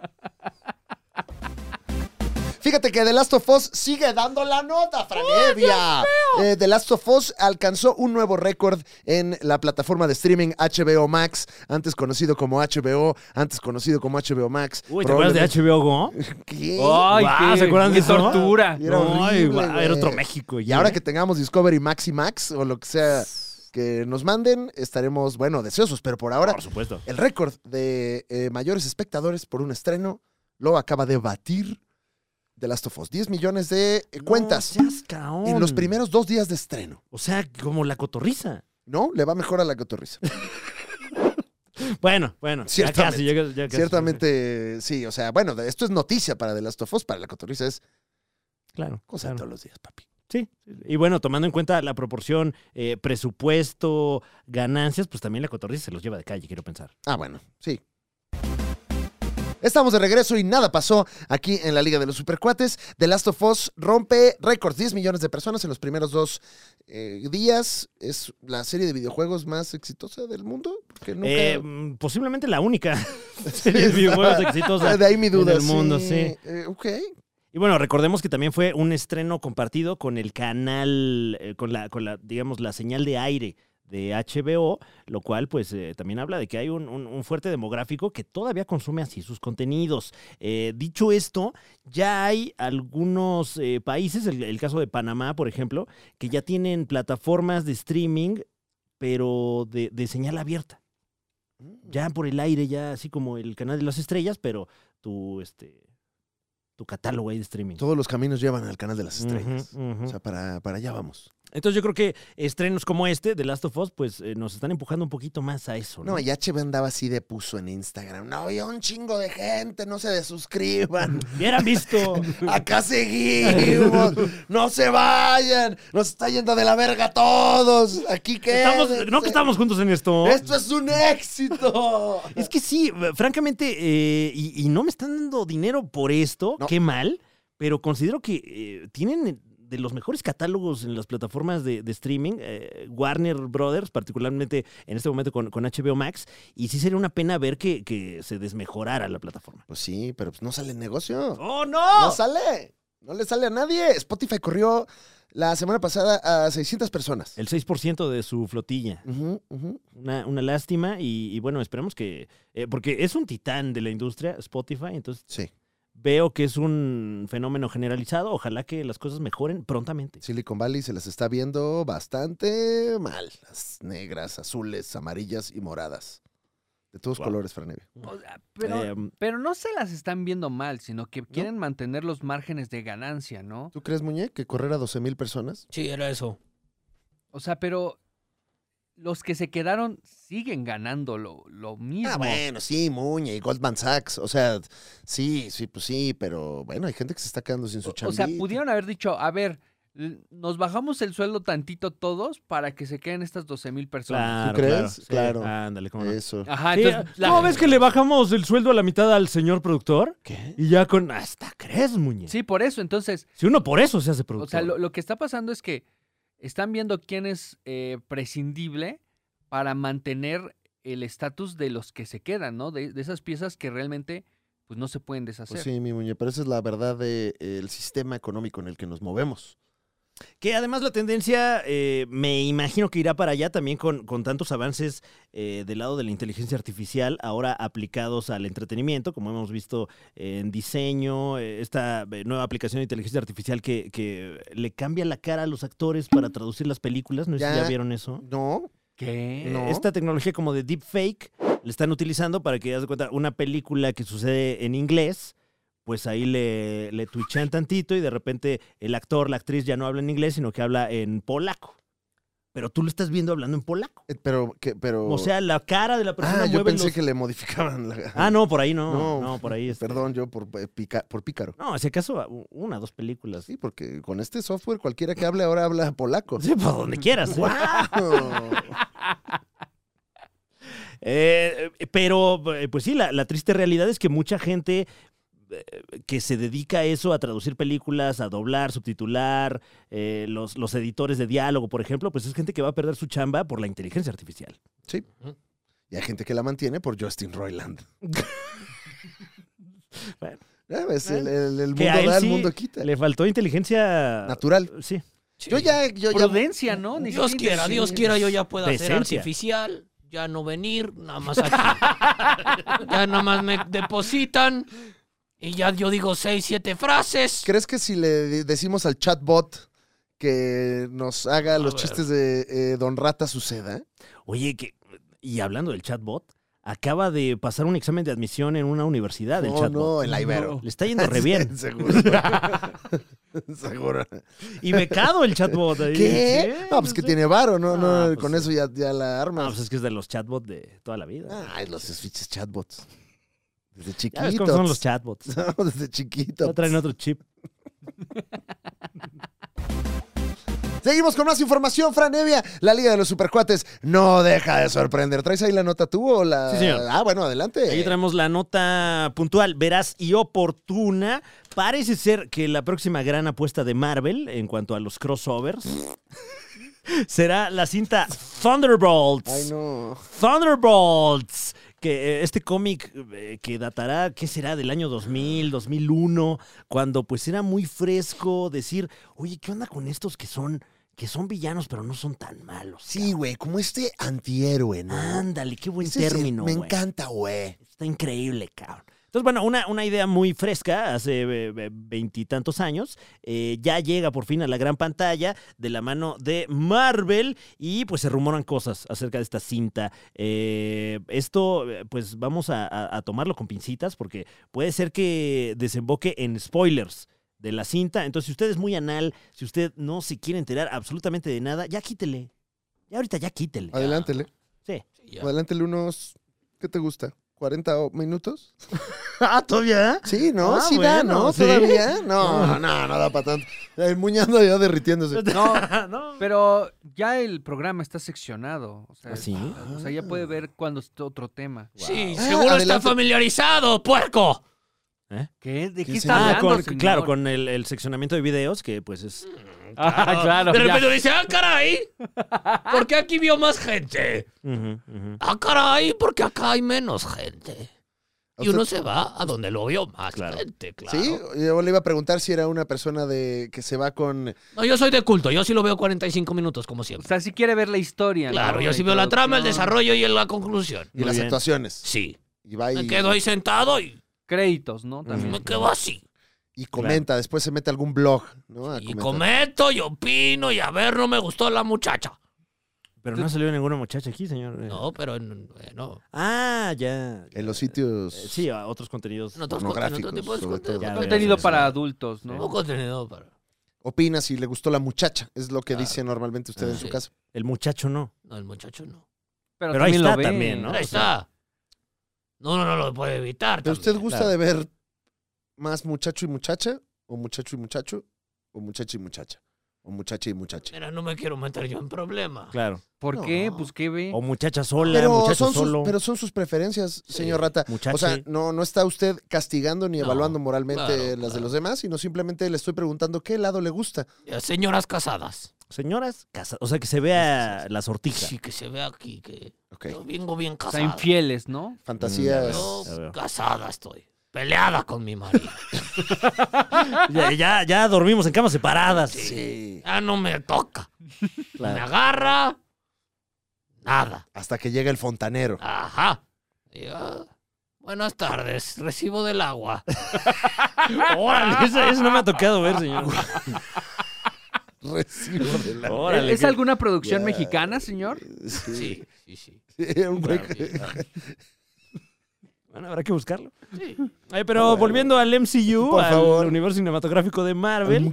Fíjate que The Last of Us sigue dando la nota, Franevia. Eh, The Last of Us alcanzó un nuevo récord en la plataforma de streaming HBO Max, antes conocido como HBO, antes conocido como HBO Max.
Uy, ¿te acuerdas de HBO Go?
¿Qué?
¡Ay,
Guau,
qué,
¿se acuerdan de
qué
eso?
tortura!
Y era horrible,
guau,
güey.
era otro México.
Y ahora que tengamos Discovery Max y Max o lo que sea que nos manden, estaremos, bueno, deseosos, pero por ahora
Por supuesto.
el récord de eh, mayores espectadores por un estreno lo acaba de batir The Last of Us. 10 millones de eh, cuentas
No seas caón.
en los primeros dos días de estreno.
O sea, como la cotorriza.
¿No? Le va mejor a la cotorriza.
Bueno, bueno. ya
Ciertamente.
casi, ya- ya casi.
Ciertamente, sí. O sea, bueno, de- esto es noticia para The Last of Us, para la cotorriza es
Claro.
cosa de
claro.
todos los días, papi.
Sí. Y bueno, tomando en cuenta la proporción, eh, presupuesto, ganancias, pues también la cotorriza se los lleva de calle, quiero pensar.
Ah, bueno, sí. Estamos de regreso y nada pasó aquí en la Liga de los Supercuates. The Last of Us rompe récords. 10 millones de personas en los primeros dos eh, días. Es la serie de videojuegos más exitosa del mundo. Porque nunca...
Eh, mm, posiblemente la única serie de videojuegos exitosa.
de Ah, ahí mi duda.
en el mundo, sí.
Eh, ok.
Y bueno, recordemos que también fue un estreno compartido con el canal, eh, con la, con la, digamos, la señal de aire de HBO, lo cual pues eh, también habla de que hay un, un- un fuerte demográfico que todavía consume así sus contenidos. Eh, dicho esto, ya hay algunos eh, países, el, el caso de Panamá, por ejemplo, que ya tienen plataformas de streaming, pero de, de señal abierta. Ya por el aire, ya así como el canal de las estrellas, pero tu, este, tu catálogo ahí de streaming.
Todos los caminos llevan al canal de las estrellas.
Ujú, ujú.
O sea, para, para allá vamos.
Entonces yo creo que estrenos como este, The Last of Us, pues eh, nos están empujando un poquito más a eso. No,
No, y HB andaba así de puso en Instagram. No, había un chingo de gente, no se desuscriban.
Hubieran visto.
Pues, Acá seguimos. No se vayan. Nos está yendo de la verga a todos. Aquí que
Estamos- no que estamos juntos en esto.
Esto es un éxito.
Es que sí, francamente, eh, y, y no me están dando dinero por esto,
No.
qué mal, pero considero que eh, tienen de los mejores catálogos en las plataformas de, de streaming, eh, Warner Brothers, particularmente en este momento con, con HBO Max, y sí sería una pena ver que, que se desmejorara la plataforma.
Pues sí, pero pues no sale el negocio.
¡Oh,
No sale. No le sale a nadie. Spotify corrió la semana pasada a 600 personas.
El 6% de su flotilla.
Ujú, ujú.
Una, una lástima y, y bueno, esperemos que... eh, porque es un titán de la industria, Spotify, entonces
Sí,
veo que es un fenómeno generalizado. Ojalá que las cosas mejoren prontamente.
Silicon Valley se las está viendo bastante mal. Las negras, azules, amarillas y moradas. De todos
Wow.
colores, Franevia.
O sea, pero,
Eh,
pero no se las están viendo mal, sino que quieren mantener los márgenes de ganancia, ¿no?
¿Tú crees, Muñe, que correr a 12 mil personas?
Sí, era eso.
O sea, pero los que se quedaron siguen ganando lo, lo mismo.
Ah, bueno, sí, Muñe y Goldman Sachs. O sea, sí, sí, pues sí, pero bueno, hay gente que se está quedando sin su
O- O sea,
chamba.
pudieron haber dicho, a ver, l- nos bajamos el sueldo tantito todos para que se queden estas 12 mil
claro,
personas.
¿Tú crees?
Claro. sí,
Claro.
Ándale, cómo no.
Eso.
Ajá,
Sí,
entonces, la-
¿Cómo ves que le bajamos el sueldo a la mitad al señor productor?
¿Qué?
Y ya con... Hasta crees, muñe.
Sí, por eso. Entonces,
Si uno por eso se hace
o
productor.
sea, lo, lo que está pasando es que están viendo quién es eh, prescindible para mantener el estatus de los que se quedan, ¿no? De, de esas piezas que realmente pues no se pueden deshacer.
Pues sí, mi Muñe, pero esa es la verdad del sistema económico en el que nos movemos.
Que además la tendencia eh, me imagino que irá para allá también con, con tantos avances eh, del lado de la inteligencia artificial, ahora aplicados al entretenimiento, como hemos visto en diseño, eh, esta eh, nueva aplicación de inteligencia artificial que, que le cambia la cara a los actores para traducir las películas, no sé si
Ya.
ya vieron eso.
No,
¿Qué?
Eh,
No.
Esta tecnología como de deepfake la están utilizando para que, haz de cuenta, una película que sucede en inglés, pues ahí le, le tuichean tantito y de repente el actor, la actriz ya no habla en inglés, sino que habla en polaco. Pero tú lo estás viendo hablando en polaco.
eh, pero... Que, pero...
O sea, la cara de la persona
ah, yo
mueve
pensé
los-
que le modificaban la...
Ah, no, este. por ahí no. No,
No.
por ahí es...
Perdón, yo por, eh, pica- por pícaro.
No, si acaso a- una, dos películas.
Sí, porque con este software cualquiera que hable ahora habla polaco.
Sí, por donde quieras. ¿eh?
Ah,
Eh, eh, pero, eh, pues sí, la, la triste realidad es que mucha gente eh, que se dedica a eso, a traducir películas, a doblar, subtitular, eh, los, los editores de diálogo, por ejemplo, pues es gente que va a perder su chamba por la inteligencia artificial.
sí. Y hay gente que la mantiene por Justin Roiland.
Bueno.
Ya ves, el, el- el
Que a
mundo
él
da,
sí
el mundo quita.
Le faltó inteligencia...
Natural.
Sí.
Sí.
Yo ya, yo ya.
Prudencia, ¿no? Ni
Dios
siquiera-
quiera,
sí.
Dios quiera, yo ya pueda ser
Decencia.
artificial, ya no venir, nada más aquí. ya nada más me depositan y ya yo digo seis, siete frases.
¿Crees que si le de- decimos al chatbot que nos haga
A
los
ver.
chistes de eh, Don Rata suceda?
Oye, que... Y hablando del chatbot, acaba de pasar un examen de admisión en una universidad, el
No,
chatbot.
no, en la Ibero.
Le está yendo re bien.
Seguro. Seguro.
Y becado el chatbot. ahí.
¿Qué?
Sí,
No, pues
sí,
que
sí.
tiene varo, ¿no?
Ah,
no
pues
con
sí.
eso ya, ya la
No,
armas.
pues es que es de los chatbots de toda la vida.
Ay, los switches chatbots. Desde
Ya
chiquitos.
ves cómo son los chatbots.
No, desde chiquitos.
Ya traen otro chip.
Seguimos con más información, Fran Evia. La Liga de los Supercuates no deja de sorprender. ¿Traes ahí la nota tú o la...?
Sí, señor.
Ah, bueno, adelante.
Ahí traemos la nota puntual, veraz y oportuna. Parece ser que la próxima gran apuesta de Marvel en cuanto a los crossovers será la cinta Thunderbolts.
Ay, no.
Thunderbolts, que eh, este cómic eh, que datará, ¿qué será? Del año 2000, 2001, cuando pues era muy fresco decir, oye, ¿qué onda con estos que son, que son villanos pero no son tan malos?
Sí, güey, como este antihéroe, ¿no?
Ándale, qué Ah, buen
Ese es el-
término,
me
güey.
encanta, güey.
Está increíble, cabrón. Entonces, bueno, una, una idea muy fresca, hace eh, eh, veintitantos años, eh, ya llega por fin a la gran pantalla de la mano de Marvel y pues se rumoran cosas acerca de esta cinta. Eh, esto, eh, pues vamos a, a- a tomarlo con pincitas porque puede ser que desemboque en spoilers de la cinta. Entonces, si usted es muy anal, si usted no se quiere enterar absolutamente de nada, ya quítele. Ya ahorita ya quítele.
Adelántele.
Sí, ya.
Adelántele unos. ¿Qué te gusta? ¿40 o- minutos?
ah, todavía.
Sí, ¿no?
Ah,
sí da,
bueno,
¿no?
sí.
¿Todavía? No, no, no da para tanto. El muñando ya derritiéndose.
No,
Ah, no.
pero ya el programa está seccionado. O sea,
¿Ah, sí?
o sea, ya puede ver cuando es otro tema.
Sí,
Ah,
seguro está
adelante.
familiarizado, puerco.
¿Qué? ¿De qué
Sí,
está
señor.
Ah,
hablando,
con,
señor?
claro, con el, el seccionamiento de videos, que pues es.
Ah, claro.
De
ya.
repente dice, ah, caray, ¿por qué aquí vio más gente?
Ujú, ujú.
Ah, caray, ¿por qué acá hay menos gente? Y
¿A
uno
usted-
se va a donde lo vio más
Claro.
gente, claro.
Sí, yo le iba a preguntar si era una persona de que se va con.
No, yo soy de culto, yo sí lo veo 45 minutos, como
O
siempre.
sea, si quiere ver la historia. ¿no?
Claro, yo sí veo la trama, el
introducción,
desarrollo y la conclusión.
Y
Muy
las
bien.
actuaciones.
Sí.
Y va
Me
y,
quedo ahí sentado y
Créditos, ¿no?
pues,
También.
me quedo así.
y comenta. Después se mete a algún blog, ¿no? A
Y
comentar.
comento y opino y a ver, no me gustó la muchacha.
Pero no salió ninguna muchacha aquí, señor.
No, pero en- bueno,
Ah, ya.
En los sitios.
Eh, Sí, a otros contenidos.
en otros con- en
Pornográficos,
otro tipo de
sobre todo.
contenido.
Ya veo,
Contenido
sí, sí.
para adultos, ¿no?
Poco contenido para.
Opina si le gustó la muchacha. Es lo que
Claro.
dice normalmente usted
Ah,
en su
sí.
casa.
El muchacho no.
No, el muchacho no.
Pero ahí
también
está
lo ve.
también, ¿no?
Ahí
o sea-
está. No, no, no lo puede evitar.
¿Pero usted
también.
gusta de ver más muchacho y muchacha? ¿O muchacho y muchacho? ¿O muchacha y muchacha? ¿O muchacha y muchacha?
Mira, no me quiero meter yo en problemas.
Claro.
¿Por
No.
qué? Pues qué ve.
O muchacha sola,
Pero
muchacho
son, sus,
solo.
pero son sus preferencias, señor Rata.
Muchacho.
O sea, no, no está usted castigando ni
No,
evaluando moralmente
claro,
las de
claro.
los demás, sino simplemente le estoy preguntando qué lado le gusta.
Eh, Señoras casadas.
Señoras, casa. O sea, que se vea la sortija.
Sí, que se ve aquí que
Ok.
yo vengo bien
O sea,
casada.
infieles, ¿no?
Fantasías.
Yo
Ya veo.
casada estoy. Peleada con mi marido.
Ya, ya, ya dormimos en camas separadas.
Sí.
Ya no me toca. Me
Claro.
agarra. Nada.
Hasta que llega el fontanero.
Ajá. Y, ah, buenas tardes. Recibo del agua. Órale.
Eso, eso no me ha tocado ver, señor.
Recibo de la.
Órale.
¿Es
qué-
alguna producción
Ya.
mexicana, señor?
Eh, Sí.
Sí, sí, sí.
Era un güey
Claro,
que-
sí, claro.
Bueno, habrá que buscarlo.
Sí.
Ay, pero volviendo al MCU,
Por
al
favor.
universo cinematográfico de Marvel.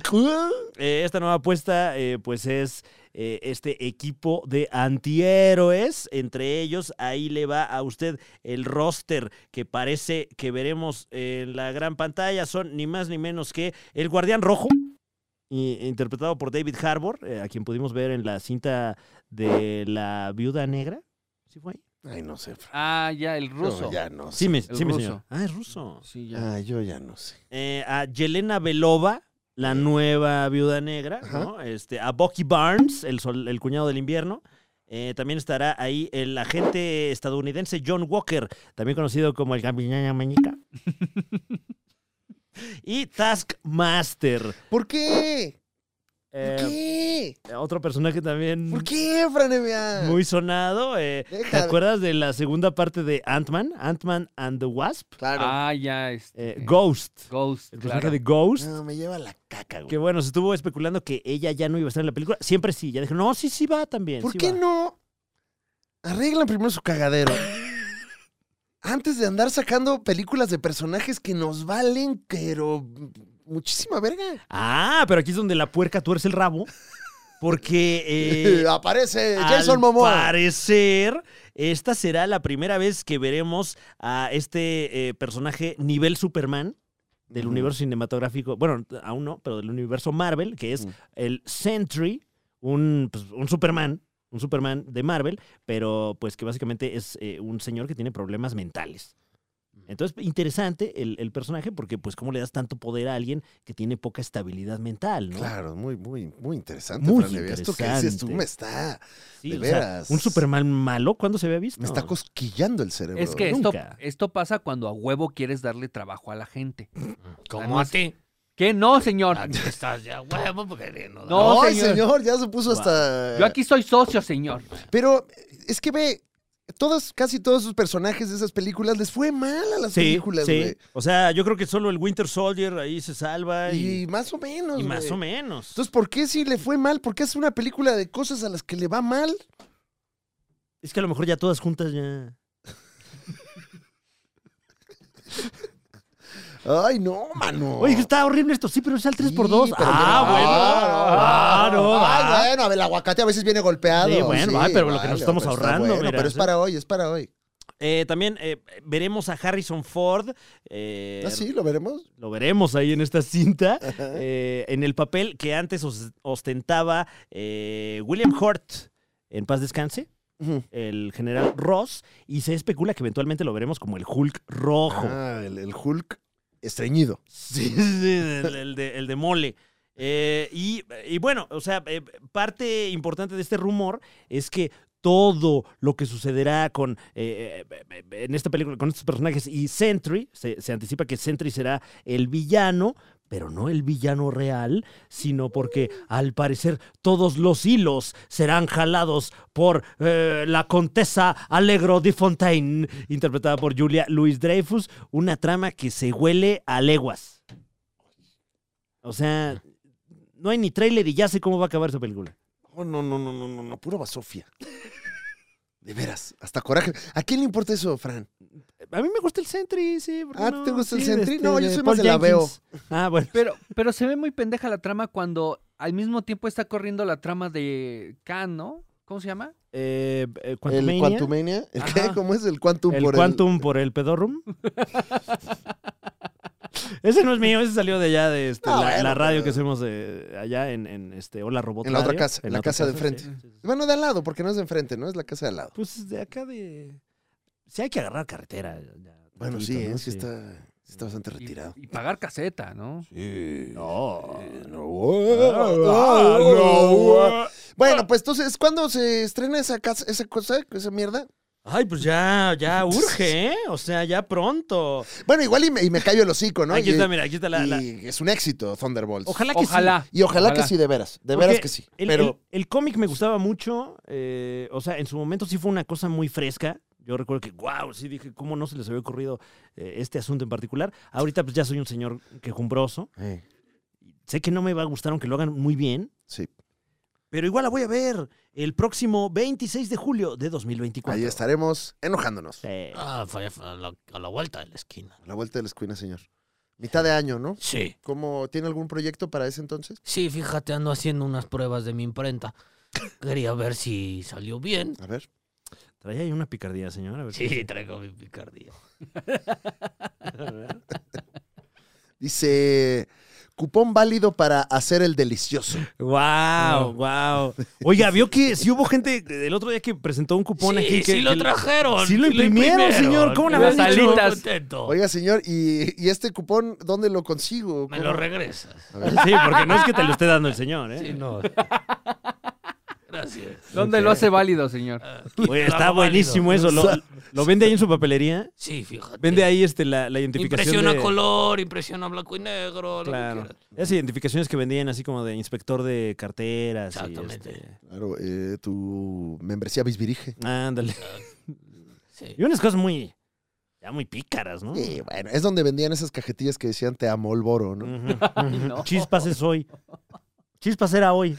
Eh, esta nueva apuesta, eh, pues es eh, este equipo de antihéroes. Entre ellos, ahí le va a usted el roster que parece que veremos en la gran pantalla. Son ni más ni menos que el Guardián Rojo, i- interpretado por David Harbour, eh, a quien pudimos ver en la cinta de la Viuda Negra. ¿Sí fue ahí?
Ay, no sé.
Ah, ya, el
Yo
ruso.
ya no sé.
Sí, me,
el
sí, me
ruso.
señor. Ah, es ruso.
Sí, ya.
Ah, yo ya no sé.
eh, a Yelena Belova, la nueva viuda negra,
Ajá.
¿no? Este, a Bucky Barnes, el, sol- el cuñado del invierno. Eh, también estará ahí el agente estadounidense John Walker, también conocido como el Gambinaña Mañica. y Taskmaster.
¿Por qué? ¿Por
eh,
qué?
otro personaje también
¿Por qué, Fran Evia?
muy sonado. eh, ¿Te
Deja-
acuerdas de la segunda parte de Ant-Man? Ant-Man and the Wasp.
Claro.
Ah, ya, este.
Eh, Ghost.
Ghost,
El personaje
claro.
de Ghost.
No, me lleva la caca, güey.
Que bueno, se estuvo especulando que ella ya no iba a estar en la película. Siempre sí, ya dijeron, no, sí, sí va también.
¿Por
sí
qué
va".
no arreglan primero su cagadero? Antes de andar sacando películas de personajes que nos valen, pero muchísima verga.
Ah, pero aquí es donde la puerca tuerce el rabo. Porque. eh,
Aparece
al
Jason Momoa.
parecer, esta será la primera vez que veremos a este eh, personaje nivel Superman del
Ujú.
universo cinematográfico. Bueno, aún no, pero del universo Marvel, que es
Ujú.
el Sentry, un, pues, un Superman. Un Superman de Marvel, pero pues que básicamente es eh, un señor que tiene problemas mentales. Entonces, interesante el, el personaje porque, pues, ¿cómo le das tanto poder a alguien que tiene poca estabilidad mental, no?
Claro, muy, muy, muy interesante.
Muy
Fran Evia. Esto que dices tú me está,
Sí,
de
o sea,
veras.
un Superman malo, ¿cuándo se había visto?
me está cosquillando el cerebro.
Es que
¿no?
esto,
nunca.
esto pasa cuando a huevo quieres darle trabajo a la gente.
Como a ti.
Que no, señor.
Ah,
Aquí estás ya huevo porque no,
No.
¡Ay,
señor.
señor. ya se puso hasta.
Yo aquí soy socio, señor.
Pero es que ve, todas, casi todos sus personajes de esas películas les fue mal a las
Sí,
películas,
sí.
güey.
O sea, yo creo que solo el Winter Soldier ahí se salva
Y
y,
más o menos.
y más
güey.
o menos.
Entonces, ¿por qué si le fue mal? ¿Por qué hace una película de cosas a las que le va mal?
Es que a lo mejor ya todas juntas ya...
Ay, no, mano.
Oye, que está horrible esto. Sí, pero es al 3x2.
Sí, pero
ah,
mira,
bueno. Ah,
ah,
no,
ah,
va.
bueno, a ver, el aguacate a veces viene golpeado.
Sí, bueno, va, pero lo que
vale,
nos estamos
pero está
ahorrando,
bueno,
mira,
pero es
sí.
para hoy, es para hoy.
Eh, también eh, veremos a Harrison Ford. eh,
Ah, sí, lo veremos.
Lo veremos ahí en esta cinta.
Ajá.
eh, en el papel que antes os- ostentaba eh, William Hurt. En paz descanse.
Ujú.
el general Ross y se especula que eventualmente lo veremos como el Hulk rojo.
Ah, el, el Hulk estreñido.
Sí, sí, sí, el, el de, el de mole. Eh, y, y bueno, o sea, eh, parte importante de este rumor es que todo lo que sucederá con eh, eh, en esta película, con estos personajes y Sentry, se, se anticipa que Sentry será el villano, pero no el villano real, sino porque al parecer todos los hilos serán jalados por eh, la contesa Alegro de Fontaine, interpretada por Julia Louis Dreyfus, una trama que se huele a leguas. O sea, no hay ni tráiler y ya sé cómo va a acabar esa película.
Oh, no, no, no, no, no, no, pura basofia. De veras, hasta coraje. ¿A quién le importa eso, Fran?
A mí me gusta el Sentry, sí. ¿por qué
Ah, ¿te gusta el
Sí, este,
Sentry? No, yo
de
soy más
Paul
de la veo.
Jenkins. Ah, bueno.
Pero, pero se ve muy pendeja la trama cuando al mismo tiempo está corriendo la trama de Khan, ¿no? ¿Cómo se llama?
Eh, eh,
¿El
Quantumania.
Quantumania? ¿El qué?
Ajá.
¿Cómo es el Quantum
el
por
Quantum por el Pedorum. ese no es mío, ese salió de allá de este,
No,
la,
bueno,
la radio
pero-
que hacemos eh, allá en, en, este Hola Robot.
En la otra
Radio,
casa, en la
otra
casa de
sí,
enfrente.
sí, sí.
Bueno, de al lado, porque no es de enfrente, ¿no? Es la casa de al lado.
Pues de acá de Sí hay que agarrar carretera. ya,
Bueno,
tantito,
sí,
¿no?
¿eh? sí, Está, sí está bastante
Y-
retirado.
Y, pagar caseta, ¿no?
Sí.
No.
Eh, no.
Ah, no.
Bueno, pues entonces, ¿cuándo se estrena esa casa, esa cosa, esa mierda?
Ay, pues ya, ya urge, ¿eh? O sea, ya pronto.
Bueno, igual y me, y me callo el hocico, ¿no?
aquí
y,
está, mira, aquí está la. la-
y es un éxito, Thunderbolts.
Ojalá que sí.
Ojalá.
Y ojalá,
Ojalá.
que sí, de veras. De veras
Porque
que sí.
El,
pero.
el- el cómic me gustaba mucho. eh, o sea, en su momento sí fue una cosa muy fresca. Yo recuerdo que, wow, sí dije, ¿cómo no se les había ocurrido eh, este asunto en particular? Ahorita pues ya soy un señor quejumbroso.
Eh,
Sé que no me va a gustar aunque lo hagan muy bien,
sí.
pero igual la voy a ver el próximo 26 de julio de 2024.
Ahí estaremos enojándonos.
Sí.
Ah, fue a la, a la vuelta de la esquina.
A La vuelta de la esquina, señor. Mitad de año, ¿no?
Sí.
¿Cómo, ¿Tiene algún proyecto para ese entonces?
Sí, fíjate, ando haciendo unas pruebas de mi imprenta. Quería ver si salió bien.
A ver.
Traía ahí una picardía, señora. a ver
Sí,
qué-
traigo mi picardía.
Dice. Cupón válido para hacer el delicioso.
Wow, wow. Oiga, vio que si hubo gente el otro día que presentó un cupón
sí,
aquí. que-
sí lo
que-
trajeron.
sí lo imprimieron, señor, ¿cómo
Yo
le
habrán
estoy
dicho?
muy contento.
Oiga, señor, ¿y, y este cupón dónde lo consigo?
Me
¿Cómo?
lo regresas.
A ver.
Sí, porque no es que te lo esté dando el señor, ¿eh?
Sí, no. Gracias.
¿Dónde lo hace válido, señor?
Ah,
Oye, está
Algo
buenísimo
válido.
eso. Lo, lo vende ahí en su papelería.
Sí, fíjate.
Vende ahí este, la, la identificación.
Impresiona
de-
color, impresiona blanco y negro. lo que
Claro.
quieras.
Esas identificaciones que vendían así como de inspector de carteras. y,
Exactamente.
este,
Claro, eh, tu membresía bisbirige.
ándale.
Sí.
Y unas cosas muy. Ya muy pícaras, ¿no?
Y bueno, es donde vendían esas cajetillas que decían te amo el boro, ¿no?
Ujú.
no.
Chispas es hoy. Chispas era hoy.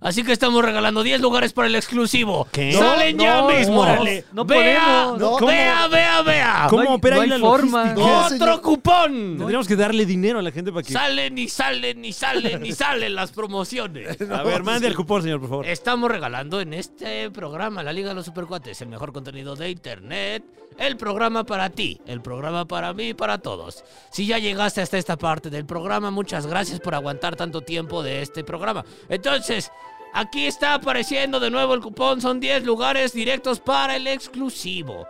Así que estamos regalando 10 lugares para el exclusivo.
¿Qué?
¡Salen
No,
ya
no,
mismo!
órale. no
vea,
podemos.
No, ¿cómo?
vea, vea, vea.
¿Cómo
Ah, no hay-
opera
no
ahí la
hay forma.
logística?
No,
¡Otro
señor.
cupón!
Tendríamos que darle dinero a la gente para que.
Salen y salen y salen y salen las promociones.
A ver, mande el cupón, señor, por favor.
Estamos regalando en este programa, La Liga de los Supercuates, el mejor contenido de Internet, el programa para ti, el programa para mí y para todos. Si ya llegaste hasta esta parte del programa, muchas gracias por aguantar tanto tiempo de este programa. Entonces, aquí está apareciendo de nuevo el cupón, son 10 lugares directos para el exclusivo.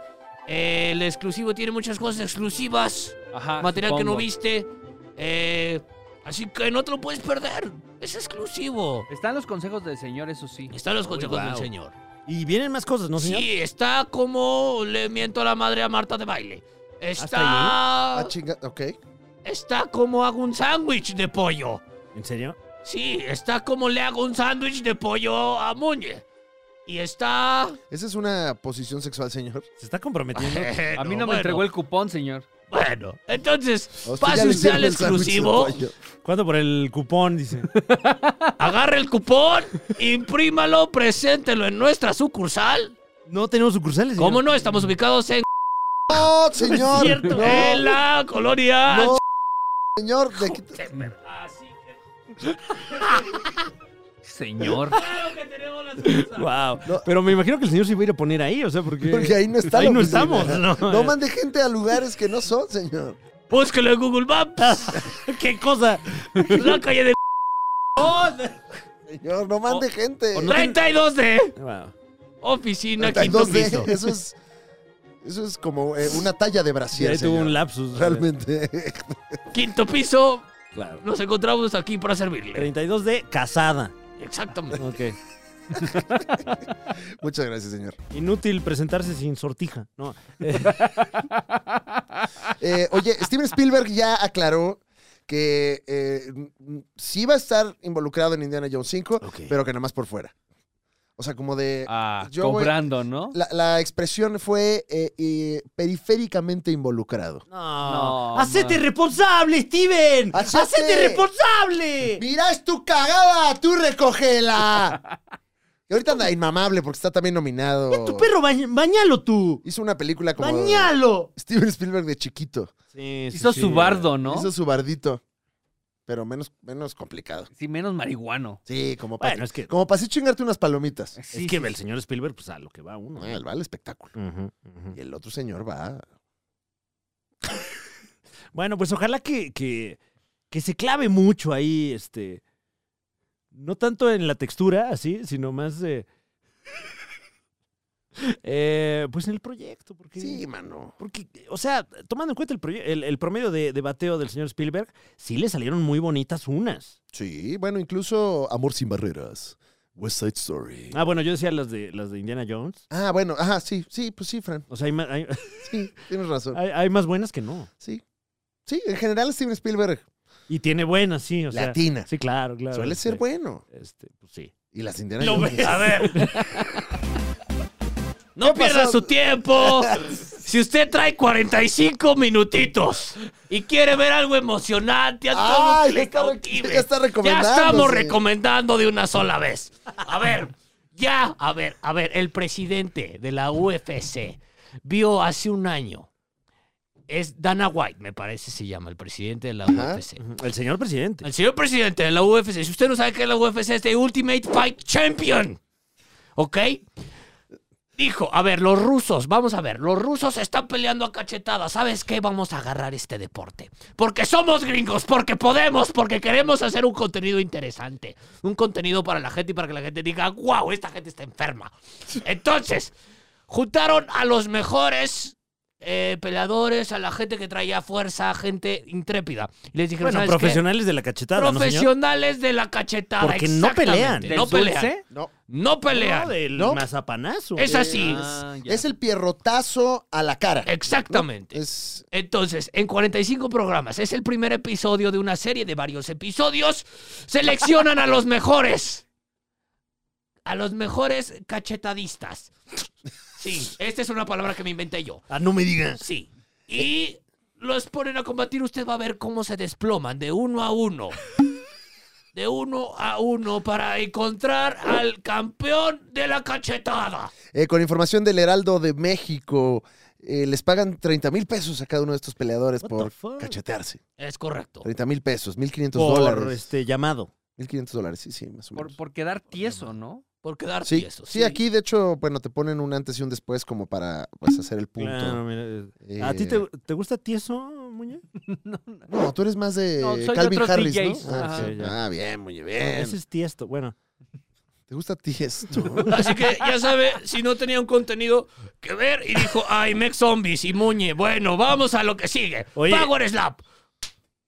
El exclusivo tiene muchas cosas exclusivas.
Ah,
Ajá,
material que no
supongo.
viste. eh, así que no te lo puedes perder. Es exclusivo.
Están los consejos del señor, eso sí.
Están los consejos del
guau.
señor.
Y vienen más cosas, ¿no, señor?
Sí, está como le miento a la madre a Marta de baile. Está.
Ah, chinga, ok.
Está como hago un sándwich de pollo.
¿En serio?
Sí, está como le hago un sándwich de pollo a Muñe. Y está.
Esa es una posición sexual, señor.
¿Se está comprometiendo?
A mí no me entregó el cupón, señor.
Bueno, entonces,
A usted ya
pase
le
usted
hicieron
al
el sándwich de
exclusivo,
pollo.
¿Cuánto por el cupón? Dice.
agarre el cupón, imprímalo, preséntelo en nuestra sucursal.
No tenemos sucursales. señor.
¿Cómo no? Estamos ubicados en,
¡No, señor!
cierto,
¡No,
Eh,
en la colonia.
no, señor! de aquí-
Así que
Señor.
claro que tenemos la sucursal.
Wow.
No.
Pero me imagino que el señor se iba a ir a poner ahí, o sea, porque.
Porque ahí no está
Ahí
la
no
oficina.
estamos. No, eh.
No mande gente a lugares que no son, señor.
Búsquelo en Google Maps.
¿Qué cosa?
la calle de
Señor, no mande gente.
32 de
Wow.
oficina quinto
32D,
piso.
Eso es, eso es como eh, una talla de
Sí,
brasier,
ahí tuvo
señor.
un lapsus.
Realmente.
Quinto piso,
Claro.
nos encontramos aquí para servirle.
32 de casada.
Exactamente.
Ok.
Muchas gracias, señor.
Inútil presentarse sin sortija. No.
Eh, oye, Steven Spielberg ya aclaró que eh, m- sí va a estar involucrado en Indiana Jones 5,
Ok.
pero que nada más por fuera. O sea, como de...
Ah,
Yo voy-
cobrando, ¿no?
La, la expresión fue eh, eh, periféricamente involucrado.
No.
No,
¡Hacete
man.
responsable, Steven!
¡Hacete!
¡Hacete responsable!
¡Mirá, es tu cagada! ¡Tú recógela! y ahorita anda inmamable porque está también nominado.
Tu perro, bañalo bañalo tú.
Hizo una película como...
Bañalo.
Steven Spielberg de chiquito.
Sí, sí,
Hizo
sí.
su bardo, ¿no?
Hizo su bardito. Pero menos, menos complicado.
Sí, menos marihuano.
Sí, como para
Bueno, es que,
como para así chingarte unas palomitas.
Sí,
es que
sí,
el
sí.
señor Spielberg, pues a lo que va uno.
No, él va al espectáculo.
Ujú, ujú.
Y el otro señor va.
Bueno, pues ojalá que, que, que se clave mucho ahí, este. No tanto en la textura, así, sino más. eh, eh, pues en el proyecto. Porque,
Sí, mano.
Porque, o sea, tomando en cuenta el, proye- el- el promedio de, de bateo del señor Spielberg, sí le salieron muy bonitas unas.
Sí, bueno, incluso Amor sin barreras. West Side Story.
Ah, bueno, yo decía las de, las de Indiana Jones.
Ah, bueno, ajá, sí, sí, pues sí, Fran.
O sea, hay más, hay,
Sí, tienes razón.
hay- hay más buenas que no.
Sí. Sí, en general Steven Spielberg
Y tiene buenas, sí. O sea,
latina.
Sí, claro, claro.
Suele
este,
ser bueno.
Este, pues sí.
Y las Indiana
Lo
Jones.
ve- a ver. No
¿Qué pasó?
pierda su tiempo. Si usted trae 45 minutitos y quiere ver algo emocionante, algo
Ah,
que
ya
le
está,
cautive,
ya está
ya
recomendando.
estamos
sí.
recomendando de una sola vez. A ver, ya, a ver, a ver, el presidente de la UFC vio hace un año, es Dana White, me parece se llama, el presidente de la
Ajá.
UFC.
Ujú. El señor presidente.
El señor presidente de la UFC, si usted no sabe qué es la UFC, es de Ultimate Fight Champion. ¿Ok? Dijo, a ver, los rusos, vamos a ver, los rusos están peleando a cachetadas. ¿Sabes qué? Vamos a agarrar este deporte. Porque somos gringos, porque podemos, porque queremos hacer un contenido interesante. Un contenido para la gente y para que la gente diga, wow, esta gente está enferma. Entonces, juntaron a los mejores eh, peleadores, a la gente que traía fuerza, gente intrépida. Y les dijeron,
Bueno,
"¿Sabes qué?
profesionales de la cachetada, ¿no, señor?
Profesionales de la cachetada.
Porque no
exactamente.
pelean.
¿Del
No pelean.
dulce?
No,
No pelean.
No, del
No.
mazapanazo.
Es así.
Ah, ya.
es el pierrotazo a la cara.
Exactamente.
Es
Entonces, en 45 programas, es el primer episodio de una serie de varios episodios, seleccionan a los mejores. A los mejores cachetadistas. Sí, esta es una palabra que me inventé yo.
Ah, no me digas.
Sí.
Eh.
Y los ponen a combatir. Usted va a ver cómo se desploman de uno a uno. De uno a uno para encontrar al campeón de la cachetada.
Eh, con información del Heraldo de México, eh, les pagan 30 mil pesos a cada uno de estos peleadores
What the
por
fuck?
cachetearse.
Es correcto.
30 mil pesos, 1500
Por
dólares.
este llamado.
1500 dólares, sí, sí, más o menos.
Por, por quedar tieso, ¿no?
Por quedar
sí,
tieso,
sí, aquí de hecho, bueno, te ponen un antes y un después como para pues, hacer el punto.
Claro, mira, eh,
Eh,
¿A ti te, te gusta tieso, Muñe?
No, tú eres más de
No, soy de
Calvin
otros
Harris,
DJs,
¿no? Ah,
ajá.
sí. Ah, bien, muy bien.
Ese es tiesto. Bueno,
¿Te gusta a ti esto?
Así que ya sabe, si no tenía un contenido que ver y dijo, ay, Mex Zombies y Muñe, bueno, vamos a lo que sigue.
Oye.
Power Slap.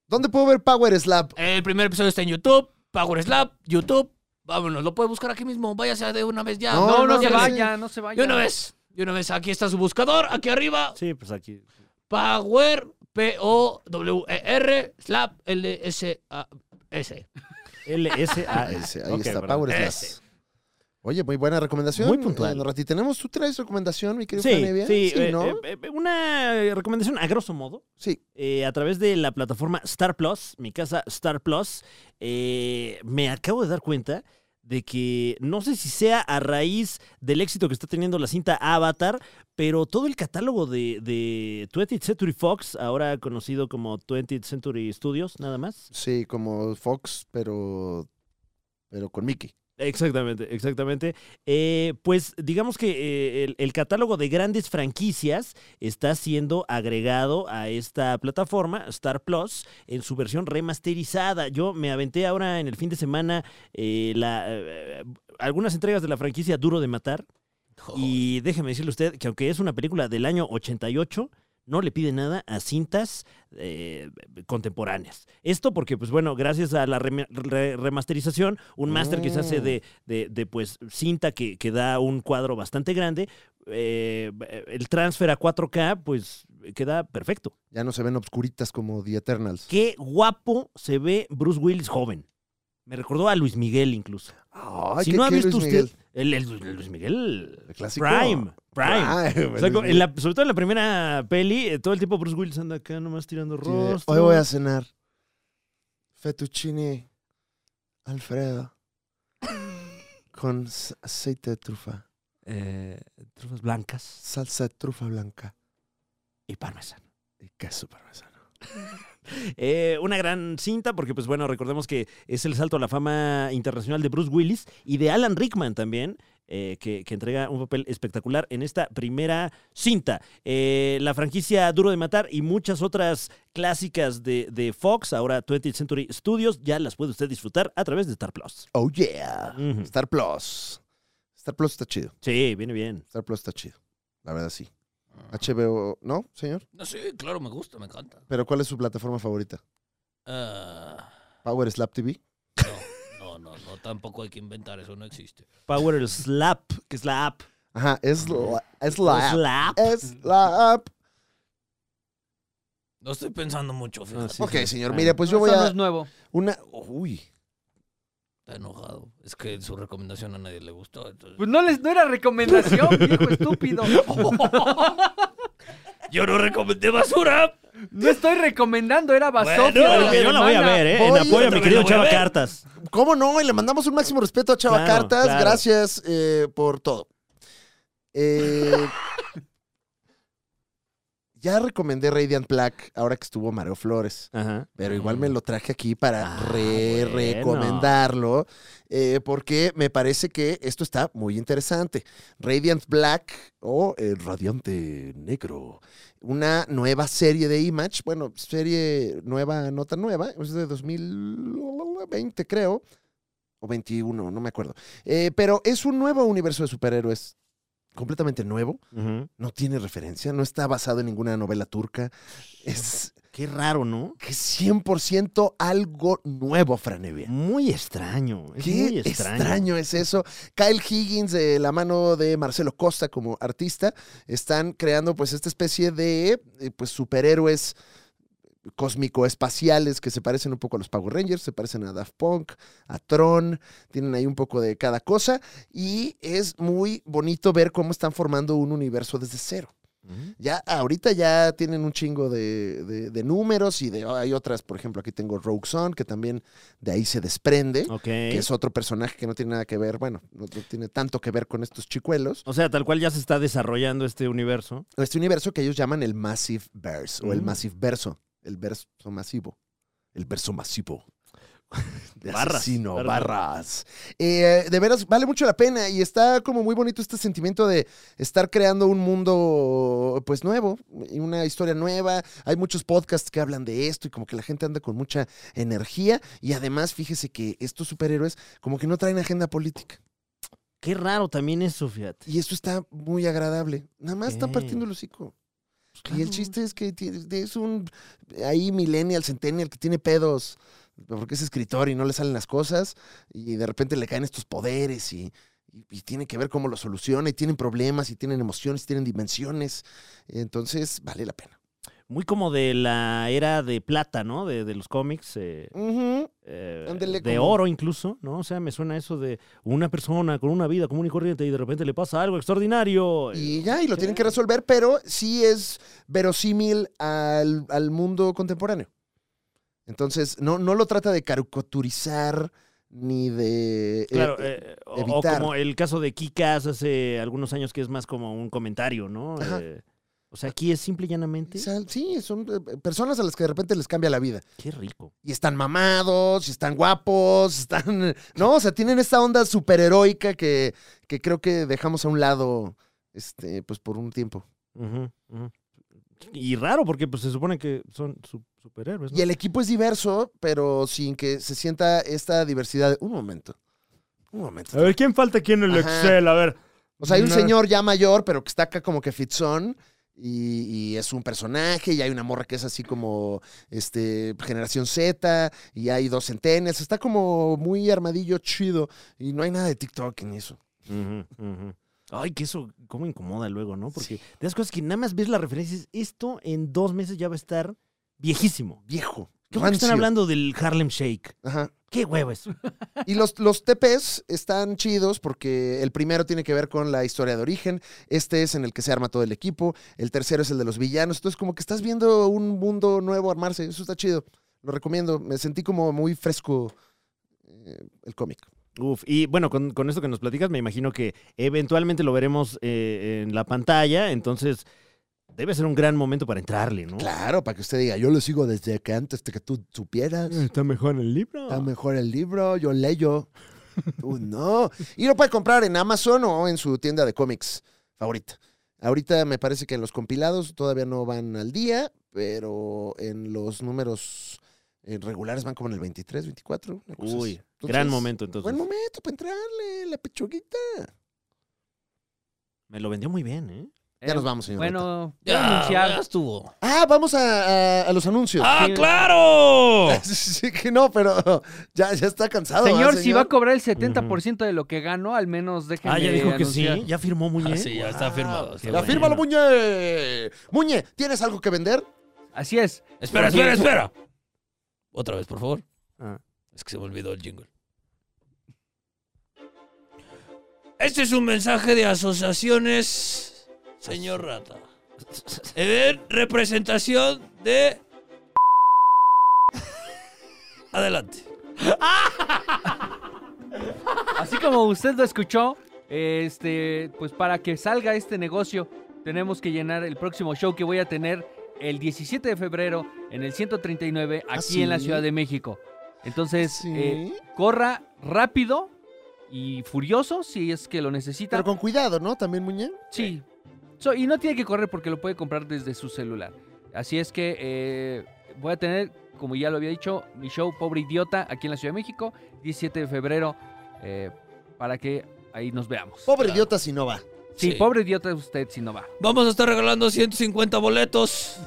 ¿Dónde puedo ver Power Slap?
El primer episodio está en YouTube, Power Slap, YouTube. Vámonos, lo puede buscar aquí mismo, váyase de una vez ya.
No,
No, no,
no,
se
sí.
vaya, no se vaya.
De una vez, de una vez, aquí está su buscador, aquí arriba,
Sí, pues aquí.
Power, P-O-W-E-R, E Slap, L-S-A-S.
Ah,
LSA.
ese, ahí
Ok,
está,
perdón.
Power Slap.
Ese.
Oye, muy buena recomendación.
Muy puntual.
Eh, Rati, tenemos, ¿tú traes recomendación, mi querido
Sí,
Fran Evia?
sí, eh,
¿no?
eh, eh, una eh, recomendación a grosso modo.
sí.
eh, a través de la plataforma Star Plus, mi casa Star Plus, eh, me acabo de dar cuenta de que no sé si sea a raíz del éxito que está teniendo la cinta Avatar, pero todo el catálogo de, de 20th Century Fox, ahora conocido como 20th Century Studios, nada más.
Sí, como Fox, pero, pero con Mickey.
Exactamente, exactamente. Eh, pues digamos que eh, el, el catálogo de grandes franquicias está siendo agregado a esta plataforma, Star Plus, en su versión remasterizada. Yo me aventé ahora en el fin de semana eh, la, eh, algunas entregas de la franquicia Duro de Matar. Y déjeme decirle usted que aunque es una película del año 88, no le pide nada a cintas eh, contemporáneas. Esto porque, pues bueno, gracias a la reme- re- remasterización, un máster que se hace
Mm.
de, de- de, pues, cinta que, que da un cuadro bastante grande, eh, el transfer a 4K, pues queda perfecto.
Ya no se ven obscuritas como The Eternals.
Qué guapo se ve Bruce Willis joven. Me recordó a Luis Miguel incluso.
Ay,
si
¿qué-
no ha
qué
visto
Luis
usted...
Miguel?
El, el- el Luis Miguel...
¿El clásico?
Prime. Prime.
Ay,
O sea,
Luis
como en
Miguel.
la- sobre todo en la primera peli, eh, todo el tiempo Bruce Willis anda acá nomás tirando
Sí,
rostro.
de, Hoy voy a cenar. Fettuccine Alfredo. Con s- aceite de trufa.
eh, trufas blancas
Salsa de trufa blanca.
y parmesano.
Y queso parmesano.
Eh, una gran cinta porque, pues bueno, recordemos que es el salto a la fama internacional de Bruce Willis y de Alan Rickman también, eh, que, que entrega un papel espectacular en esta primera cinta. Eh, la franquicia Duro de Matar y muchas otras clásicas de, de Fox, ahora 20th Century Studios, ya las puede usted disfrutar a través de Star Plus.
Oh yeah.
Ujú.
Mm.
Star Plus. Star Plus está chido.
Sí, viene bien.
Star Plus está chido. La verdad sí.
Ah.
HBO, ¿no, señor?
No, sí, claro, me gusta, me encanta.
Pero ¿cuál es su plataforma favorita?
Ah,
Power Slap TV.
no, no, no, no, tampoco hay que inventar, eso no existe.
Power Slap, que es la app.
Ajá, es
Mm.
la, es la app. Eh,
Slap.
Es la app.
No estoy pensando mucho, fíjate.
Ah, sí.
Ok, señor,
Ah.
mire, pues yo
No,
voy
esto no
a
es nuevo.
una uy,
Está enojado. Es que su recomendación a nadie le gustó. entonces-
Pues no, les, no era recomendación, viejo estúpido.
Yo no recomendé basura.
No estoy recomendando, era basofia.
Bueno,
la
Yo, yo la voy a
alemana.
ver, ¿eh?
Voy,
en apoyo a
yo
mi
también
querido
la voy a
Chava
ver.
Cartas.
¿Cómo no? Y le mandamos un máximo respeto a Chava
Claro,
Cartas.
claro.
Gracias eh, por todo. Eh, ya recomendé Radiant Black ahora que estuvo Mario Flores,
Ajá.
pero igual me lo traje aquí para
Ah,
re-
bueno.
recomendarlo, eh, porque me parece que esto está muy interesante. Radiant Black o El Radiante Negro, una nueva serie de Image, bueno, serie nueva, no tan nueva, es de 2020 creo, o 21, no me acuerdo. Eh, pero es un nuevo universo de superhéroes, completamente nuevo, no tiene referencia, no está basado en ninguna novela turca, es
Qué raro, ¿no?
que es 100% algo nuevo, Franevia.
Muy extraño. Es muy
Qué
extraño.
extraño es eso. Kyle Higgins, de la mano de Marcelo Costa como artista, están creando pues esta especie de eh, pues, superhéroes cósmico-espaciales que se parecen un poco a los Power Rangers, se parecen a Daft Punk, a Tron, tienen ahí un poco de cada cosa y es muy bonito ver cómo están formando un universo desde cero.
Ujú.
Ya, ahorita ya tienen un chingo de, de- de números y de, oh, hay otras, por ejemplo, aquí tengo Rogue Son, que también de ahí se desprende
Ok.
que es otro personaje que no tiene nada que ver, bueno, no, no tiene tanto que ver con estos chicuelos,
O sea, tal cual ya se está desarrollando este universo.
este universo que ellos llaman el Massive Verse o el
Mm.
Massive Verso, el verso masivo, el verso masivo. De
Barras,
asesino,
barras.
barras. Eh, de veras, vale mucho la pena y está como muy bonito este sentimiento de estar creando un mundo, pues, nuevo, y una historia nueva. Hay muchos podcasts que hablan de esto y como que la gente anda con mucha energía y además, fíjese que estos superhéroes como que no traen agenda política.
Qué raro también eso, fíjate.
Y eso está muy agradable. Nada más están
Ok.
partiendo el hocico. Y el chiste es que ti- es un ahí millennial, centennial que tiene pedos porque es escritor y no le salen las cosas y de repente le caen estos poderes y, y- y tiene que ver cómo lo soluciona y tienen problemas y tienen emociones, tienen dimensiones. Entonces vale la pena.
Muy como de la era de plata, ¿no? De, de los cómics. eh,
Ujú.
eh,
Ándele,
de
como-
oro incluso, ¿no? O sea, me suena eso de una persona con una vida común y corriente y de repente le pasa algo extraordinario.
Y
Eh,
ya, y lo tienen que
chévere.
resolver, pero sí es verosímil al, al mundo contemporáneo. Entonces, no, no lo trata de caricaturizar ni de... eh,
Claro,
eh,
eh, o, o
evitar.
como el caso de Kikas hace algunos años que es más como un comentario, ¿no?
Ajá.
Eh, o sea, aquí es simple y llanamente.
sal- sí, son eh, personas a las que de repente les cambia la vida.
Qué rico.
Y están mamados, y están guapos, están... No, o sea, tienen esta onda superheroica que, que creo que dejamos a un lado, este, pues por un tiempo.
Ujú, ujú. Y raro, porque pues, se supone que son su- superhéroes. Pues ¿no?
Y el equipo es diverso, pero sin que se sienta esta diversidad. Un momento. Un momento.
A ver, ¿quién falta aquí en el
Ajá.
Excel? A ver.
O sea, hay un
No.
señor ya mayor, pero que está acá como que fitzón. Y, y es un personaje, y hay una morra que es así como este generación Z, y hay dos centenias. Está como muy armadillo chido. Y no hay nada de TikTok en eso.
Ujú, ujú. Ay, que eso, cómo incomoda luego, ¿no? Porque de las cosas que nada más ves la referencia y dices, esto en dos meses ya va a estar viejísimo.
Viejo.
¿Qué bueno que están
rancio.
hablando del Harlem Shake?
Ajá.
¿Qué huevo es?
Y los, los TPs están chidos porque el primero tiene que ver con la historia de origen, este es en el que se arma todo el equipo, el tercero es el de los villanos, entonces como que estás viendo un mundo nuevo armarse, eso está chido, lo recomiendo, me sentí como muy fresco eh, el cómic.
Uf, y bueno, con, con esto que nos platicas, me imagino que eventualmente lo veremos eh, en la pantalla, entonces debe ser un gran momento para entrarle, ¿no?
Claro, para que usted diga, yo lo sigo desde que antes de que tú supieras.
Está mejor el libro.
Está mejor el libro, yo leyo. Tú no. Y lo puede comprar en Amazon o en su tienda de cómics favorita. Ahorita me parece que los compilados todavía no van al día, pero en los números eh, regulares van como en el 23, 24. una cosa
Uy,
así. Entonces,
gran momento entonces.
Buen momento para entrarle, la pechuguita.
Me lo vendió muy bien, ¿eh?
Ya nos vamos, señor.
Bueno,
Ya,
voy a
ya
anunciar.
estuvo.
Ah, vamos a, a- a los anuncios.
¡Ah,
Sí.
claro!
Sí, que no, pero ya, ya está cansado. ¿ah,
Señor, si va a cobrar el
Ujú.
70% de lo que gano, al menos déjenme
Ah, ya dijo que sí.
anunciar.
Ya firmó muy bien.
Ah, sí, ya está firmado. está
La
bueno.
fírmalo, Muñe. Muñe, ¿tienes algo que vender?
Así es.
Espera, espera, espera. Otra vez, por favor.
Ah.
Es que se me olvidó el jingle. Este es un mensaje de asociaciones, señor Rata. En representación de... Adelante.
Así como usted lo escuchó, este, pues para que salga este negocio, tenemos que llenar el próximo show que voy a tener el 17 de febrero en el 139
Ah,
aquí
sí?
en la Ciudad de México. Entonces, eh, corra rápido y furioso si es que lo necesita.
Pero con cuidado, ¿no? También, Muñe.
Sí. So- y no tiene que correr porque lo puede comprar desde su celular. Así es que eh, voy a tener, como ya lo había dicho, mi show Pobre Idiota aquí en la Ciudad de México, 17 de febrero, eh, para que ahí nos veamos.
Pobre
Claro.
idiota si no va.
Sí.
sí, pobre idiota usted si no va.
Vamos a estar regalando 150 boletos.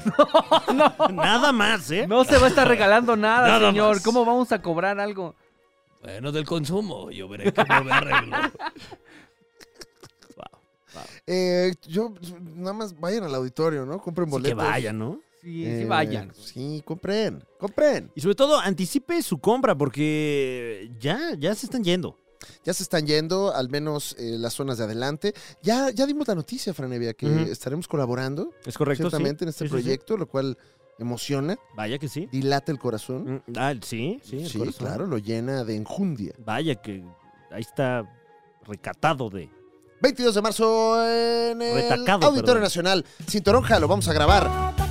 Nada más, ¿eh?
No se va a estar regalando nada,
Nada
señor.
más.
¿Cómo vamos a cobrar algo?
Bueno, del consumo. Yo veré cómo me arreglo.
Eh, yo, nada más vayan al auditorio, ¿no? Compren
Sí,
boletos.
que vaya, ¿no?
Sí,
Eh,
sí vayan.
Sí, compren. Compren.
Y sobre todo, anticipe su compra porque ya, ya se están yendo.
Ya se están yendo, al menos eh, las zonas de adelante. Ya, ya dimos la noticia, Franevia, que
Ujú.
estaremos colaborando
Es correcto. sí.
ciertamente en este
Sí, sí, sí.
proyecto, lo cual emociona,
Vaya que sí.
dilata el corazón.
Mm, Ah, sí, sí. el
sí,
corazón.
claro, lo llena de enjundia.
Vaya que ahí está recatado de.
22 de marzo en el
Retacado,
Auditorio
perdón.
Nacional. Cinturón lo vamos a grabar.